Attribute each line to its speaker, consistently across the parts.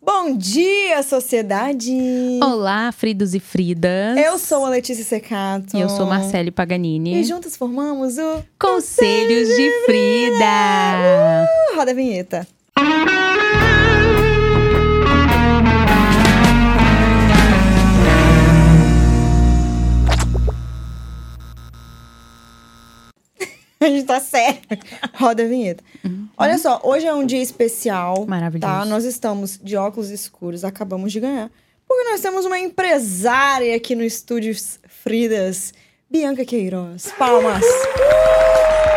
Speaker 1: Bom dia, sociedade!
Speaker 2: Olá, Fridos e Fridas.
Speaker 1: Eu sou a Letícia Secato.
Speaker 2: E eu sou Marcele Paganini.
Speaker 1: E juntas formamos o
Speaker 2: Conselhos de Frida.
Speaker 1: Uh, roda a vinheta. A gente tá sério. Roda a vinheta.
Speaker 2: Uhum.
Speaker 1: Olha só, hoje é um dia especial.
Speaker 2: Maravilhoso.
Speaker 1: Tá? Nós estamos de óculos escuros, acabamos de ganhar. Porque nós temos uma empresária aqui no estúdio Fridas, Bianca Queiroz. Palmas.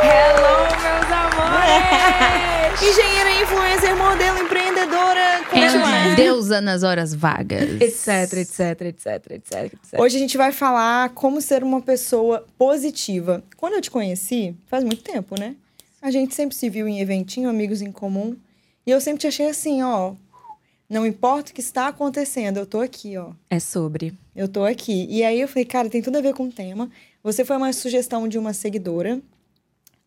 Speaker 3: Hello, meus
Speaker 1: É.
Speaker 3: amores!
Speaker 1: Engenheira, influencer, modelo, empreendedora. é Conte
Speaker 2: Ela
Speaker 1: mais.
Speaker 2: deusa nas horas vagas.
Speaker 3: etc, etc, etc, etc, etc.
Speaker 1: é? Hoje a gente vai falar como ser uma pessoa positiva. Quando eu te conheci, faz muito tempo, né? A gente sempre se viu em eventinho, amigos em comum. E eu sempre te achei assim, ó. Não importa o que está acontecendo, eu tô aqui, ó.
Speaker 3: É sobre.
Speaker 1: Eu tô aqui. E aí eu falei, cara, tem tudo a ver com o tema. Você foi uma sugestão de uma seguidora,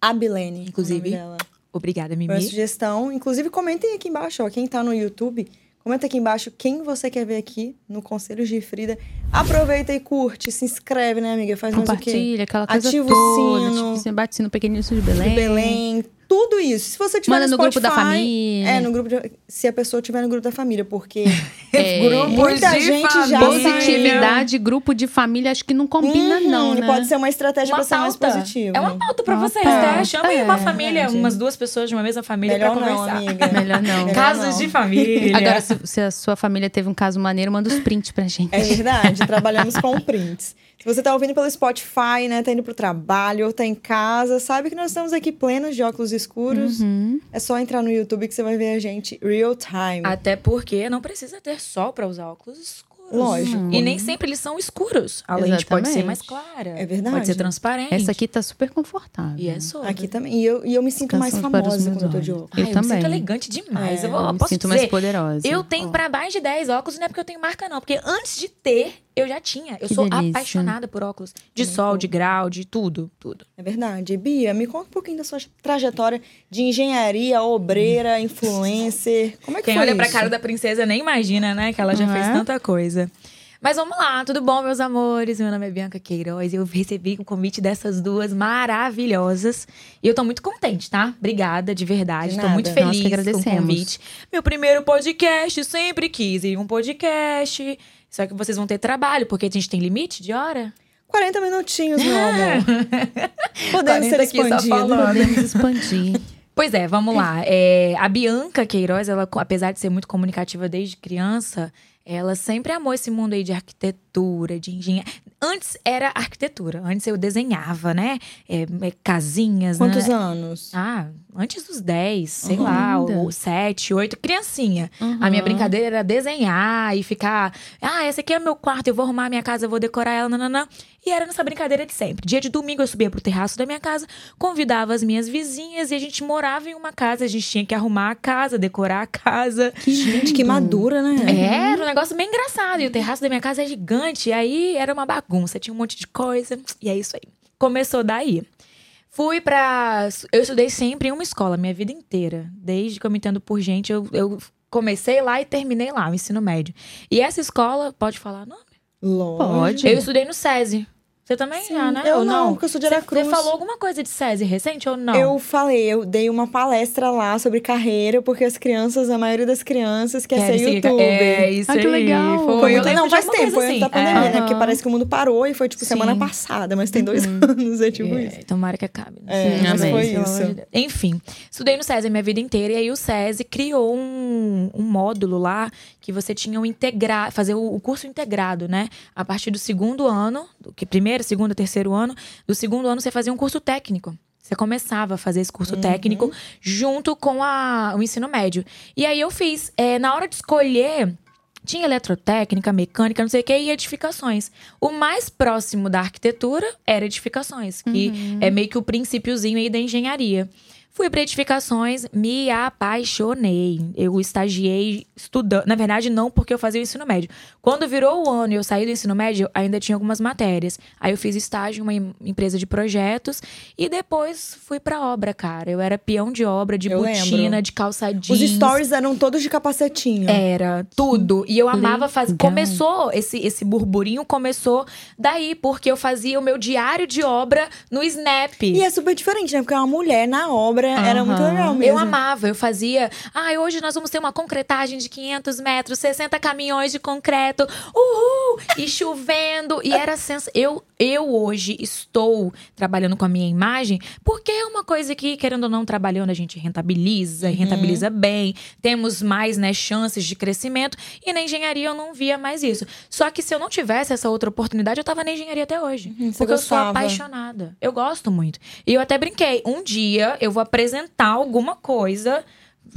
Speaker 1: a Bilene,
Speaker 3: Inclusive,
Speaker 1: o nome dela.
Speaker 3: Obrigada,
Speaker 1: Foi
Speaker 2: Uhum.
Speaker 1: uma
Speaker 3: Mimi.
Speaker 1: sugestão. Inclusive, comentem aqui embaixo, ó. Quem tá no YouTube, comenta aqui embaixo quem você quer ver aqui no Conselhos de Frida. Aproveita e curte, se inscreve, né, amiga? Faz mais o quê?
Speaker 2: Compartilha, aquela coisa
Speaker 1: Ativa o
Speaker 2: toda.
Speaker 1: sino.
Speaker 2: Tipo, você bate sino pequenininho de
Speaker 1: De
Speaker 2: Belém.
Speaker 1: Belém, tudo isso. Se você tiver
Speaker 2: Manda no grupo
Speaker 1: Spotify,
Speaker 2: da família.
Speaker 1: É, no grupo de- se a pessoa tiver no grupo da família, porque
Speaker 2: É.
Speaker 1: Muita gente já
Speaker 2: Positividade, grupo de família, acho que não combina,
Speaker 1: Uhum,
Speaker 2: não, né?
Speaker 1: pode ser uma estratégia
Speaker 3: é Uma
Speaker 1: pra ser mais
Speaker 3: pauta.
Speaker 1: positiva. né?
Speaker 3: É uma pauta pra
Speaker 2: Uma
Speaker 3: vocês,
Speaker 2: pauta.
Speaker 3: tá? Chamem
Speaker 2: É,
Speaker 3: uma família,
Speaker 1: verdade.
Speaker 3: umas duas pessoas de uma mesma família
Speaker 1: Melhor
Speaker 3: pra
Speaker 1: não,
Speaker 3: conversar.
Speaker 1: amiga.
Speaker 2: Melhor não.
Speaker 1: Melhor
Speaker 3: Casos
Speaker 1: não.
Speaker 3: de família.
Speaker 2: Agora, se, se a sua família teve um caso maneiro, manda os prints pra gente.
Speaker 1: É verdade, trabalhamos com prints. Se você tá ouvindo pelo Spotify, né, tá indo pro trabalho ou tá em casa, sabe que nós estamos aqui plenas de óculos escuros.
Speaker 2: Uhum.
Speaker 1: É só entrar no YouTube que você vai ver a gente real time.
Speaker 3: Até porque não precisa ter sol pra usar óculos escuros.
Speaker 1: Lógico.
Speaker 3: E nem sempre eles são escuros. A lente pode
Speaker 2: Exatamente.
Speaker 3: ser mais clara.
Speaker 1: É verdade.
Speaker 3: Pode ser transparente.
Speaker 2: Essa aqui tá super confortável.
Speaker 3: E é sobre.
Speaker 1: Aqui também. E eu, e eu me sinto mais
Speaker 2: Descansamos para os
Speaker 1: famosa
Speaker 2: meus
Speaker 1: quando eu tô de
Speaker 2: olhos.
Speaker 1: óculos.
Speaker 3: Ai,
Speaker 2: Eu também.
Speaker 3: me sinto elegante demais.
Speaker 1: É,
Speaker 3: eu, vou,
Speaker 2: Eu me
Speaker 3: posso
Speaker 2: sinto
Speaker 3: dizer,
Speaker 2: mais poderosa.
Speaker 3: Eu tenho pra mais de 10 óculos, não é porque eu tenho marca, não. Porque antes de ter, eu já tinha. Eu
Speaker 2: Que
Speaker 3: sou
Speaker 2: delícia.
Speaker 3: apaixonada por óculos. De
Speaker 1: Muito
Speaker 3: sol,
Speaker 1: bom.
Speaker 3: de grau, de tudo, tudo.
Speaker 1: É verdade. Bia, me conta um pouquinho da sua trajetória de engenharia, obreira, influencer. Como é que
Speaker 3: Hum. Quem
Speaker 1: foi
Speaker 3: olha pra
Speaker 1: isso?
Speaker 3: cara da princesa nem imagina, né? Que ela já
Speaker 2: Não
Speaker 3: fez
Speaker 2: é?
Speaker 3: tanta coisa. Mas vamos lá, tudo bom, meus amores? Meu nome é Bianca Queiroz e eu recebi o convite dessas duas maravilhosas. E eu tô muito contente, tá? Obrigada, de verdade.
Speaker 1: De
Speaker 3: tô muito
Speaker 1: nada.
Speaker 2: Nós
Speaker 3: feliz
Speaker 2: que
Speaker 3: com o
Speaker 2: agradecemos.
Speaker 3: convite. Meu primeiro podcast, sempre quis ir em um podcast. Só que vocês vão ter trabalho, porque a gente tem limite de hora.
Speaker 1: 40 minutinhos, meu amor. Podemos ser
Speaker 3: 40 É. aqui só
Speaker 1: expandidos.
Speaker 3: falando.
Speaker 2: Podemos expandir.
Speaker 3: Pois é, vamos lá. É, a Bianca Queiroz, ela, co- apesar de ser muito comunicativa desde criança, ela sempre amou esse mundo aí de arquitetura, de engenharia. Antes era arquitetura, antes eu desenhava, né? É, é, casinhas,
Speaker 1: Quantos
Speaker 3: né?
Speaker 1: anos?
Speaker 3: Ah, antes dos 10, sei
Speaker 2: Uhum.
Speaker 3: lá,
Speaker 2: Ainda.
Speaker 3: ou 7, 8, criancinha.
Speaker 2: Uhum.
Speaker 3: A minha brincadeira era desenhar e ficar. Ah, esse aqui é meu quarto, eu vou arrumar a minha casa, eu vou decorar ela, nananã. E era nessa brincadeira de sempre. Dia de domingo eu subia pro terraço da minha casa, convidava as minhas vizinhas e a gente morava em uma casa. A gente tinha que arrumar a casa, decorar a casa.
Speaker 1: Gente, que madura, né?
Speaker 3: Era um negócio bem engraçado. E o terraço da minha casa é gigante. E aí era uma bagunça, tinha um monte de coisa. E é isso aí. Começou daí. Fui pra. Eu estudei sempre em uma escola, minha vida inteira. Desde que eu me entendo por gente, eu, eu comecei lá e terminei lá, o ensino médio. E essa escola, pode falar? Não.
Speaker 1: Lógico.
Speaker 3: Eu estudei no SESI. Você também
Speaker 1: Sim,
Speaker 3: já, né?
Speaker 1: eu
Speaker 3: ou
Speaker 1: não,
Speaker 3: não,
Speaker 1: porque eu sou de
Speaker 3: Você-
Speaker 1: Aracruz.
Speaker 3: Você falou alguma coisa de SESI recente ou não?
Speaker 1: Eu falei, eu dei uma palestra lá sobre carreira, porque as crianças, a maioria das crianças quer ser
Speaker 3: Querem
Speaker 1: youtuber.
Speaker 3: É isso
Speaker 2: Ah, que
Speaker 3: aí.
Speaker 2: legal.
Speaker 3: Foi.
Speaker 1: Foi
Speaker 3: Eu
Speaker 1: muito-
Speaker 3: lembro
Speaker 1: não,
Speaker 3: de
Speaker 1: faz
Speaker 3: alguma
Speaker 1: tempo,
Speaker 3: coisa
Speaker 1: antes da
Speaker 3: assim.
Speaker 1: pandemia,
Speaker 2: É.
Speaker 1: né? Porque parece que o mundo parou e foi, tipo, semana
Speaker 2: Sim.
Speaker 1: passada, mas tem dois anos, é tipo
Speaker 3: É,
Speaker 1: isso.
Speaker 3: Tomara que acabe. né?
Speaker 1: É,
Speaker 2: Sim, mas amém. foi
Speaker 3: Pelo
Speaker 1: isso.
Speaker 3: amor de Deus. Enfim, estudei no SESI a minha vida inteira. E aí o SESI criou um, um módulo lá que você tinha um integrar, fazer o, o curso integrado, né? A partir do segundo ano, do que primeiro, segundo, terceiro ano, do segundo ano você fazia um curso técnico. Você começava a fazer esse
Speaker 1: Uhum.
Speaker 3: curso técnico junto com a- o ensino médio. E aí eu fiz. É, na hora de escolher, tinha eletrotécnica, mecânica, não sei o que, e edificações. O mais
Speaker 1: Uhum.
Speaker 3: próximo da arquitetura era edificações, que é meio que o princípiozinho aí da engenharia. Fui para edificações, me apaixonei. Eu estagiei estudando. Na verdade, não porque eu fazia o ensino médio. Quando virou o ano e eu saí do ensino médio, ainda tinha algumas matérias. Aí eu fiz estágio em uma em- empresa de projetos e depois fui pra obra, cara. Eu era peão de obra, de
Speaker 1: Eu
Speaker 3: botina,
Speaker 1: lembro.
Speaker 3: de calça jeans.
Speaker 1: Os stories eram todos de capacetinho.
Speaker 3: É. Era tudo. E eu amava fazer.
Speaker 2: Legal.
Speaker 3: Começou, esse, esse burburinho começou daí, porque eu fazia o meu diário de obra no Snap.
Speaker 1: E é super diferente, né? Porque uma mulher na obra era
Speaker 2: Aham.
Speaker 1: muito legal mesmo.
Speaker 3: Eu amava, eu fazia. Ai, hoje nós vamos ter uma concretagem de 500 metros, 60 caminhões de concreto, uhul! E chovendo. E era sensa. Eu, eu hoje estou trabalhando com a minha imagem, porque é uma coisa que, querendo ou não, trabalhando, a gente rentabiliza,
Speaker 1: Uhum.
Speaker 3: e rentabiliza bem, temos mais né, chances de crescimento. E na engenharia eu não via mais isso. Só que se eu não tivesse essa outra oportunidade, eu tava na engenharia até hoje.
Speaker 1: Uhum, você
Speaker 3: porque eu sou
Speaker 1: gostava.
Speaker 3: apaixonada apaixonada. Eu gosto muito. E eu até brinquei. Um dia eu vou apresentar alguma coisa,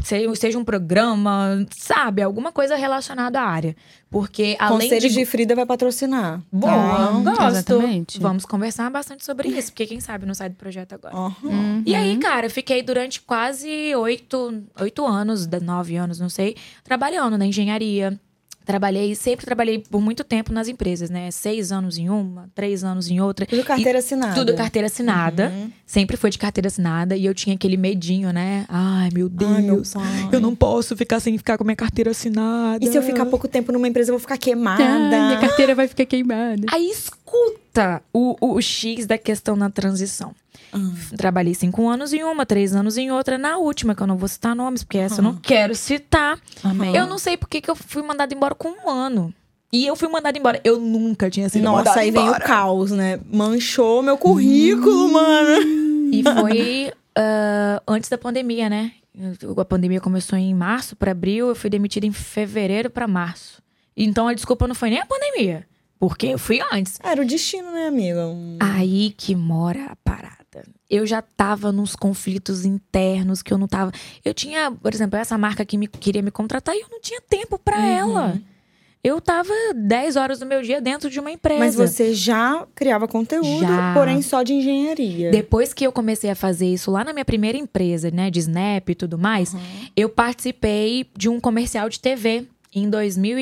Speaker 3: se- seja um programa, sabe? Alguma coisa relacionada à área. Porque além
Speaker 1: Conselhos de...
Speaker 3: de.
Speaker 1: Frida vai patrocinar.
Speaker 3: Boa,
Speaker 1: Tá?
Speaker 3: gosto.
Speaker 2: exatamente.
Speaker 3: Vamos conversar bastante sobre isso, porque quem sabe não sai do projeto agora.
Speaker 1: Aham.
Speaker 3: E
Speaker 1: Uhum.
Speaker 3: aí, cara, eu fiquei durante quase oito, oito anos, da- nove anos, não sei, trabalhando na engenharia. Trabalhei, sempre trabalhei por muito tempo nas empresas, né? Seis anos em uma, três anos em outra.
Speaker 1: Tudo carteira assinada.
Speaker 3: Tudo carteira assinada.
Speaker 1: Uhum.
Speaker 3: Sempre foi de carteira assinada. E eu tinha aquele medinho, né? Ai, meu Deus.
Speaker 1: Ai, meu pai.
Speaker 3: Eu não posso ficar sem ficar com a minha carteira assinada.
Speaker 1: E se eu ficar pouco tempo numa empresa, eu vou ficar
Speaker 2: Ah, minha
Speaker 1: queimada.
Speaker 2: carteira vai ficar queimada.
Speaker 3: Aí escuta o, o, o X da questão na transição.
Speaker 1: Ah.
Speaker 3: Trabalhei cinco anos em uma, três anos em outra. Na última, que eu não vou citar nomes, porque essa eu não quero citar.
Speaker 2: Amém.
Speaker 3: Eu não sei por que que eu fui mandada embora com um ano. E eu fui mandada embora. Eu nunca tinha sido
Speaker 1: Nossa,
Speaker 3: mandada
Speaker 1: aí vem
Speaker 3: embora.
Speaker 1: o caos, né? Manchou meu
Speaker 3: Hum.
Speaker 1: currículo, mano.
Speaker 3: E foi ah, antes da pandemia, né? A pandemia começou em março pra abril, eu fui demitida em fevereiro pra março. Então a desculpa não foi nem a pandemia, porque eu fui antes.
Speaker 1: Era o destino, né, amiga? Um-
Speaker 3: Aí que mora a parada. Eu já tava nos conflitos internos que eu não tava. Eu tinha, por exemplo, essa marca que me queria me contratar e eu não tinha tempo pra
Speaker 1: Uhum.
Speaker 3: ela. Eu tava 10 horas do meu dia dentro de uma empresa.
Speaker 1: Mas você já criava conteúdo,
Speaker 3: Já.
Speaker 1: porém só de engenharia.
Speaker 3: Depois que eu comecei a fazer isso lá na minha primeira empresa, né, de Snap e tudo
Speaker 1: Uhum.
Speaker 3: mais, eu participei de um comercial de TV em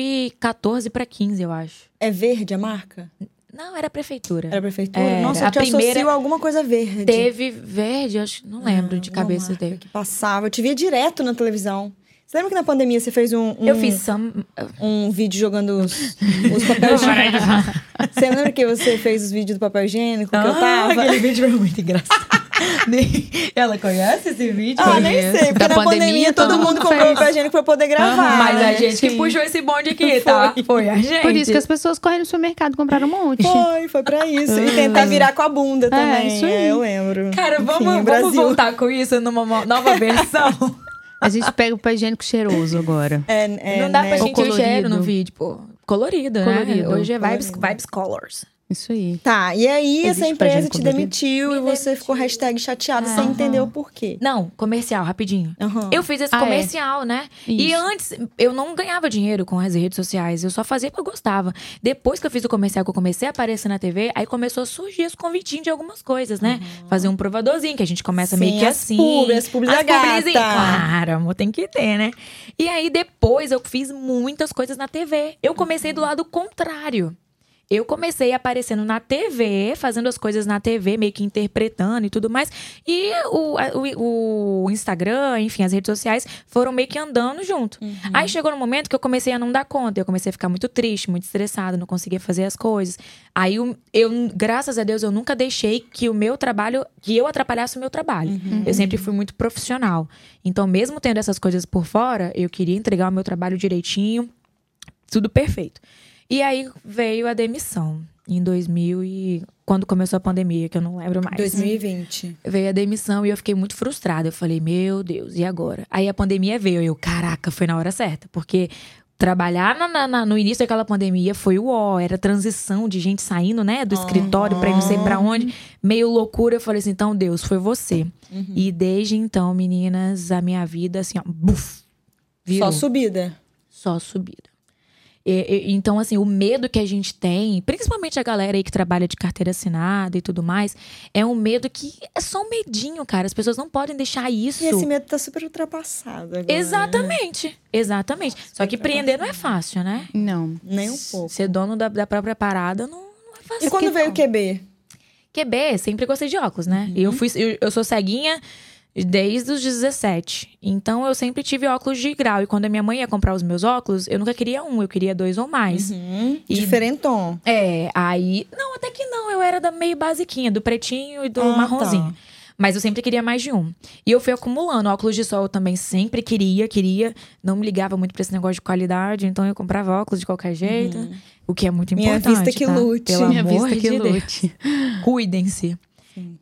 Speaker 3: 2014 pra 15, eu acho.
Speaker 1: É verde a marca?
Speaker 3: Não, era a prefeitura.
Speaker 1: Era a prefeitura?
Speaker 3: Era.
Speaker 1: Nossa, eu
Speaker 3: É, A
Speaker 1: te associo
Speaker 3: primeira-
Speaker 1: a alguma coisa verde.
Speaker 3: Teve verde, acho, não lembro de
Speaker 1: Alguma
Speaker 3: cabeça
Speaker 1: Ah, marca
Speaker 3: teve.
Speaker 1: Que passava. Eu te via direto na televisão. Você lembra que na pandemia você fez um, um,
Speaker 3: Eu fiz some...
Speaker 1: um vídeo jogando os, os papéis higiênicos? você lembra que você fez os vídeos do papel higiênico que
Speaker 3: Ah,
Speaker 1: eu tava?
Speaker 3: vídeo foi muito engraçado. Ela conhece esse vídeo?
Speaker 1: Ah, nem sei, porque
Speaker 2: Da
Speaker 1: na pandemia,
Speaker 2: pandemia,
Speaker 1: todo
Speaker 2: todo
Speaker 1: mundo
Speaker 2: mundo
Speaker 1: comprou
Speaker 2: fez.
Speaker 1: papel higiênico pra poder gravar.
Speaker 3: Mas
Speaker 1: né?
Speaker 3: a gente que
Speaker 1: Sim.
Speaker 3: puxou esse bonde aqui, tá? Ah, Foi, a gente.
Speaker 2: Por isso que as pessoas correm no supermercado e compraram um monte.
Speaker 1: Foi, foi pra isso. E tentar virar com a bunda também.
Speaker 2: isso aí.
Speaker 1: É, eu lembro.
Speaker 3: Cara,
Speaker 1: Enfim,
Speaker 3: vamos,
Speaker 1: o
Speaker 3: vamos
Speaker 1: Brasil.
Speaker 3: voltar com isso numa mo- nova versão.
Speaker 2: A gente pega o papel higiênico cheiroso agora.
Speaker 1: É, é,
Speaker 3: não dá
Speaker 1: né?
Speaker 3: pra
Speaker 2: Ou
Speaker 3: gente o gero
Speaker 2: colorido.
Speaker 3: no vídeo, pô. Colorido, né?
Speaker 2: Colorido.
Speaker 3: Hoje é vibes,
Speaker 1: Colorido.
Speaker 3: vibes colors.
Speaker 2: Isso aí.
Speaker 1: Tá, e aí essa
Speaker 2: Existe
Speaker 1: empresa
Speaker 2: prazer
Speaker 1: te
Speaker 2: colorido?
Speaker 1: demitiu e
Speaker 3: Me
Speaker 1: você ficou hashtag chateada sem entender o porquê.
Speaker 3: Não, comercial, rapidinho.
Speaker 1: Aham.
Speaker 3: Eu fiz esse
Speaker 2: Ah, é.
Speaker 3: comercial, né? E
Speaker 2: Isso.
Speaker 3: antes, eu não ganhava dinheiro com as redes sociais. Eu só fazia porque eu gostava. Depois que eu fiz o comercial, que eu comecei a aparecer na TV, aí começou a surgir os convitinhos de algumas coisas, né? Fazer um provadorzinho, que a gente começa
Speaker 1: Sim,
Speaker 3: meio que
Speaker 1: as
Speaker 3: assim.
Speaker 1: publi, as publi da
Speaker 3: publizinhas.
Speaker 1: gata. Ah,
Speaker 3: Claro, amor, tem que ter, né? E aí, depois, eu fiz muitas coisas na TV. Eu comecei do
Speaker 1: Uhum.
Speaker 3: lado contrário. Eu comecei aparecendo na TV, fazendo as coisas na TV, meio que interpretando e tudo mais. E o, a- o, o Instagram, enfim, as redes sociais foram meio que andando junto.
Speaker 1: Uhum.
Speaker 3: Aí chegou no momento que eu comecei a não dar conta. Eu comecei a ficar muito triste, muito estressada, não conseguia fazer as coisas. Aí eu, eu, graças a Deus, eu nunca deixei que o meu trabalho, que eu atrapalhasse o meu trabalho. Eu sempre fui muito profissional. Então, mesmo tendo essas coisas por fora, eu queria entregar o meu trabalho direitinho tudo perfeito. E aí veio a demissão em 2000 e quando começou a pandemia, que eu não lembro mais.
Speaker 1: 2020.
Speaker 3: Veio a demissão e eu fiquei muito frustrada. Eu falei, meu Deus, e agora? Aí a pandemia veio, eu, caraca, foi na hora certa, porque trabalhar na- na- na- no início daquela pandemia foi o ó, era transição de gente saindo, né, do escritório pra ir não sei pra onde, meio loucura. Eu falei assim, então Deus, foi você. E desde então, meninas, a minha vida assim, ó, buf, virou.
Speaker 1: Só subida.
Speaker 3: Só subida. E- e- então, assim, o medo que a gente tem, principalmente a galera aí que trabalha de carteira assinada e tudo mais, é um medo que é só um medinho, cara. As pessoas não podem deixar isso.
Speaker 1: E esse medo tá super ultrapassado agora. né?
Speaker 3: Exatamente, exatamente. Só que prender não é fácil, né?
Speaker 2: Não.
Speaker 1: Nem um pouco.
Speaker 3: Ser dono da, da própria parada não, não é fácil.
Speaker 1: E quando
Speaker 3: não.
Speaker 1: veio o QB?
Speaker 3: QB, é sempre gostei de óculos, né? E
Speaker 1: Uhum.
Speaker 3: Eu, fui, eu, eu sou ceguinha desde os 17. Então eu sempre tive óculos de grau. E quando a minha mãe ia comprar os meus óculos, eu nunca queria um, eu queria dois ou mais.
Speaker 1: Uhum.
Speaker 3: E-
Speaker 1: Diferentom.
Speaker 3: É, aí. Não, até que não. Eu era da meio basiquinha, do pretinho e do
Speaker 1: Ah,
Speaker 3: marronzinho. Mas eu sempre queria mais de um. E eu fui acumulando. Óculos de sol eu também sempre queria, queria. Não me ligava muito pra esse negócio de qualidade, então eu comprava óculos de qualquer jeito. O que é muito
Speaker 1: Uhum. Minha
Speaker 3: importante.
Speaker 1: vista que
Speaker 3: tá?
Speaker 1: lute.
Speaker 3: Pelo
Speaker 2: Minha
Speaker 3: amor
Speaker 2: vista
Speaker 3: de
Speaker 2: que
Speaker 3: Deus.
Speaker 2: lute.
Speaker 3: Cuidem-se.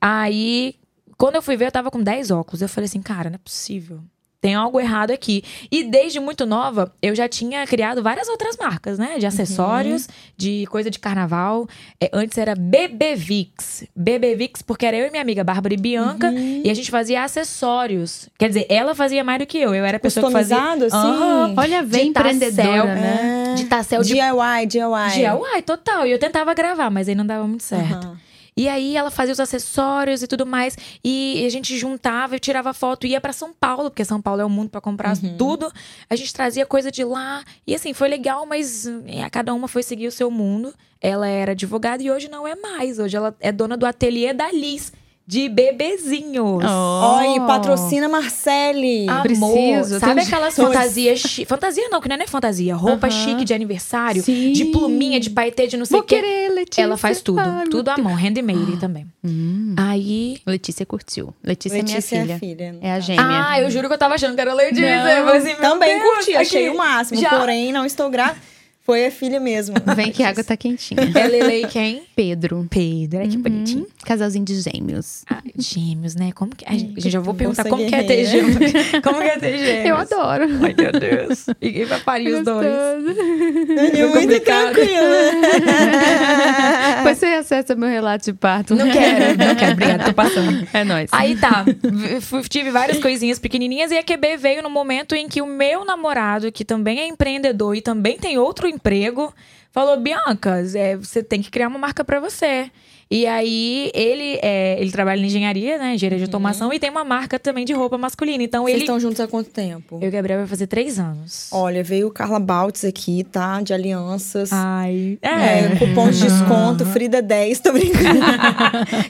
Speaker 3: Aí, quando eu fui ver, eu tava com 10 óculos. Eu falei assim, cara, não é possível. Tem algo errado aqui. E desde muito nova, eu já tinha criado várias outras marcas, né? De acessórios, de coisa de carnaval. É, antes era BBVix. BBVix, porque era eu e minha amiga Bárbara e Bianca.
Speaker 1: Uhum.
Speaker 3: E a gente fazia acessórios. Quer dizer, ela fazia mais do que eu. Eu era a pessoa que fazia.
Speaker 1: Customizado, assim?
Speaker 3: Aham.
Speaker 2: Olha, vem
Speaker 3: De tá tassel,
Speaker 2: empreendedora,
Speaker 3: é.
Speaker 2: né?
Speaker 1: Ah,
Speaker 3: De tassel de.
Speaker 1: DIY, DIY.
Speaker 3: De DIY, total. E eu tentava gravar, mas aí não dava muito certo.
Speaker 1: Aham.
Speaker 3: E aí ela fazia os acessórios e tudo mais. E a gente juntava, eu tirava foto, ia pra São Paulo, porque São Paulo é o mundo pra comprar
Speaker 2: Uhum.
Speaker 3: tudo. A gente trazia coisa de lá. E assim, foi legal, mas eh, cada uma foi seguir o seu mundo. Ela era advogada e hoje não é mais. Hoje ela é dona do ateliê da Liz, de bebezinhos.
Speaker 2: Ah,
Speaker 1: Ó,
Speaker 2: Oh.
Speaker 1: Ah, e patrocina Marcele.
Speaker 3: Amor,
Speaker 2: preciso, eu
Speaker 3: sabe
Speaker 2: tenho-
Speaker 3: aquelas
Speaker 1: Tô-
Speaker 3: fantasias chi... Fantasia não, que não é nem fantasia. Roupa
Speaker 2: Aham.
Speaker 3: chique de aniversário,
Speaker 2: Sim.
Speaker 3: de pluminha, de paetê, de não sei
Speaker 2: Vou
Speaker 3: o quê.
Speaker 2: querer, Letícia.
Speaker 3: Ela faz tudo.
Speaker 2: Ai, meu
Speaker 3: tudo à
Speaker 2: Deus.
Speaker 3: mão, handmade também.
Speaker 2: Hum.
Speaker 3: Aí
Speaker 2: Letícia curtiu. Letícia,
Speaker 1: Letícia
Speaker 2: é
Speaker 1: é
Speaker 2: minha
Speaker 1: a
Speaker 2: filha.
Speaker 1: filha.
Speaker 2: É a gêmea.
Speaker 3: Ah, eu juro que eu tava achando que era
Speaker 2: Não.
Speaker 3: Lady Di, eu falei assim, meu
Speaker 1: Também
Speaker 3: Deus,
Speaker 1: curti,
Speaker 3: aqui.
Speaker 1: achei o máximo.
Speaker 3: Já.
Speaker 1: Porém, não estou grávida. Foi a filha mesmo.
Speaker 2: Vem que a água tá quentinha.
Speaker 3: É Lele quem?
Speaker 2: Pedro. Uhum.
Speaker 3: Pedro, é que bonitinho.
Speaker 2: Casalzinho de gêmelos.
Speaker 3: Ah, gêmeos, né? Como que... Ai, gente, eu já vou
Speaker 1: Você
Speaker 3: perguntar como que é ter
Speaker 1: guerreira.
Speaker 3: gêmeos. Como que é ter gêmeos?
Speaker 2: Eu adoro.
Speaker 3: Ai, meu Deus. E vai parir os dois.
Speaker 2: Gostoso.
Speaker 1: É muito
Speaker 3: complicado.
Speaker 2: Então,
Speaker 1: tranquila.
Speaker 2: Depois você acessa meu relato de parto.
Speaker 3: Não quero, não quero. Obrigada, tô passando.
Speaker 2: É nóis.
Speaker 3: Aí tá, v- fui- tive várias coisinhas pequenininhas e a QB veio no momento em que o meu namorado, que também é empreendedor e também tem outro emprego, falou: Bianca, é, você tem que criar uma marca pra você. E aí ele é, ele trabalha em engenharia, né, engenharia de automação e tem uma marca também de roupa masculina. Então
Speaker 1: Uhum. Vocês
Speaker 3: ele,
Speaker 1: estão juntos há quanto tempo?
Speaker 3: eu e o Gabriel vai fazer três anos.
Speaker 1: Olha, veio o Carla Baltz aqui, tá? De alianças.
Speaker 3: Ai,
Speaker 1: É,
Speaker 3: Ah, é.
Speaker 1: cupom de desconto, Frida 10, tô brincando.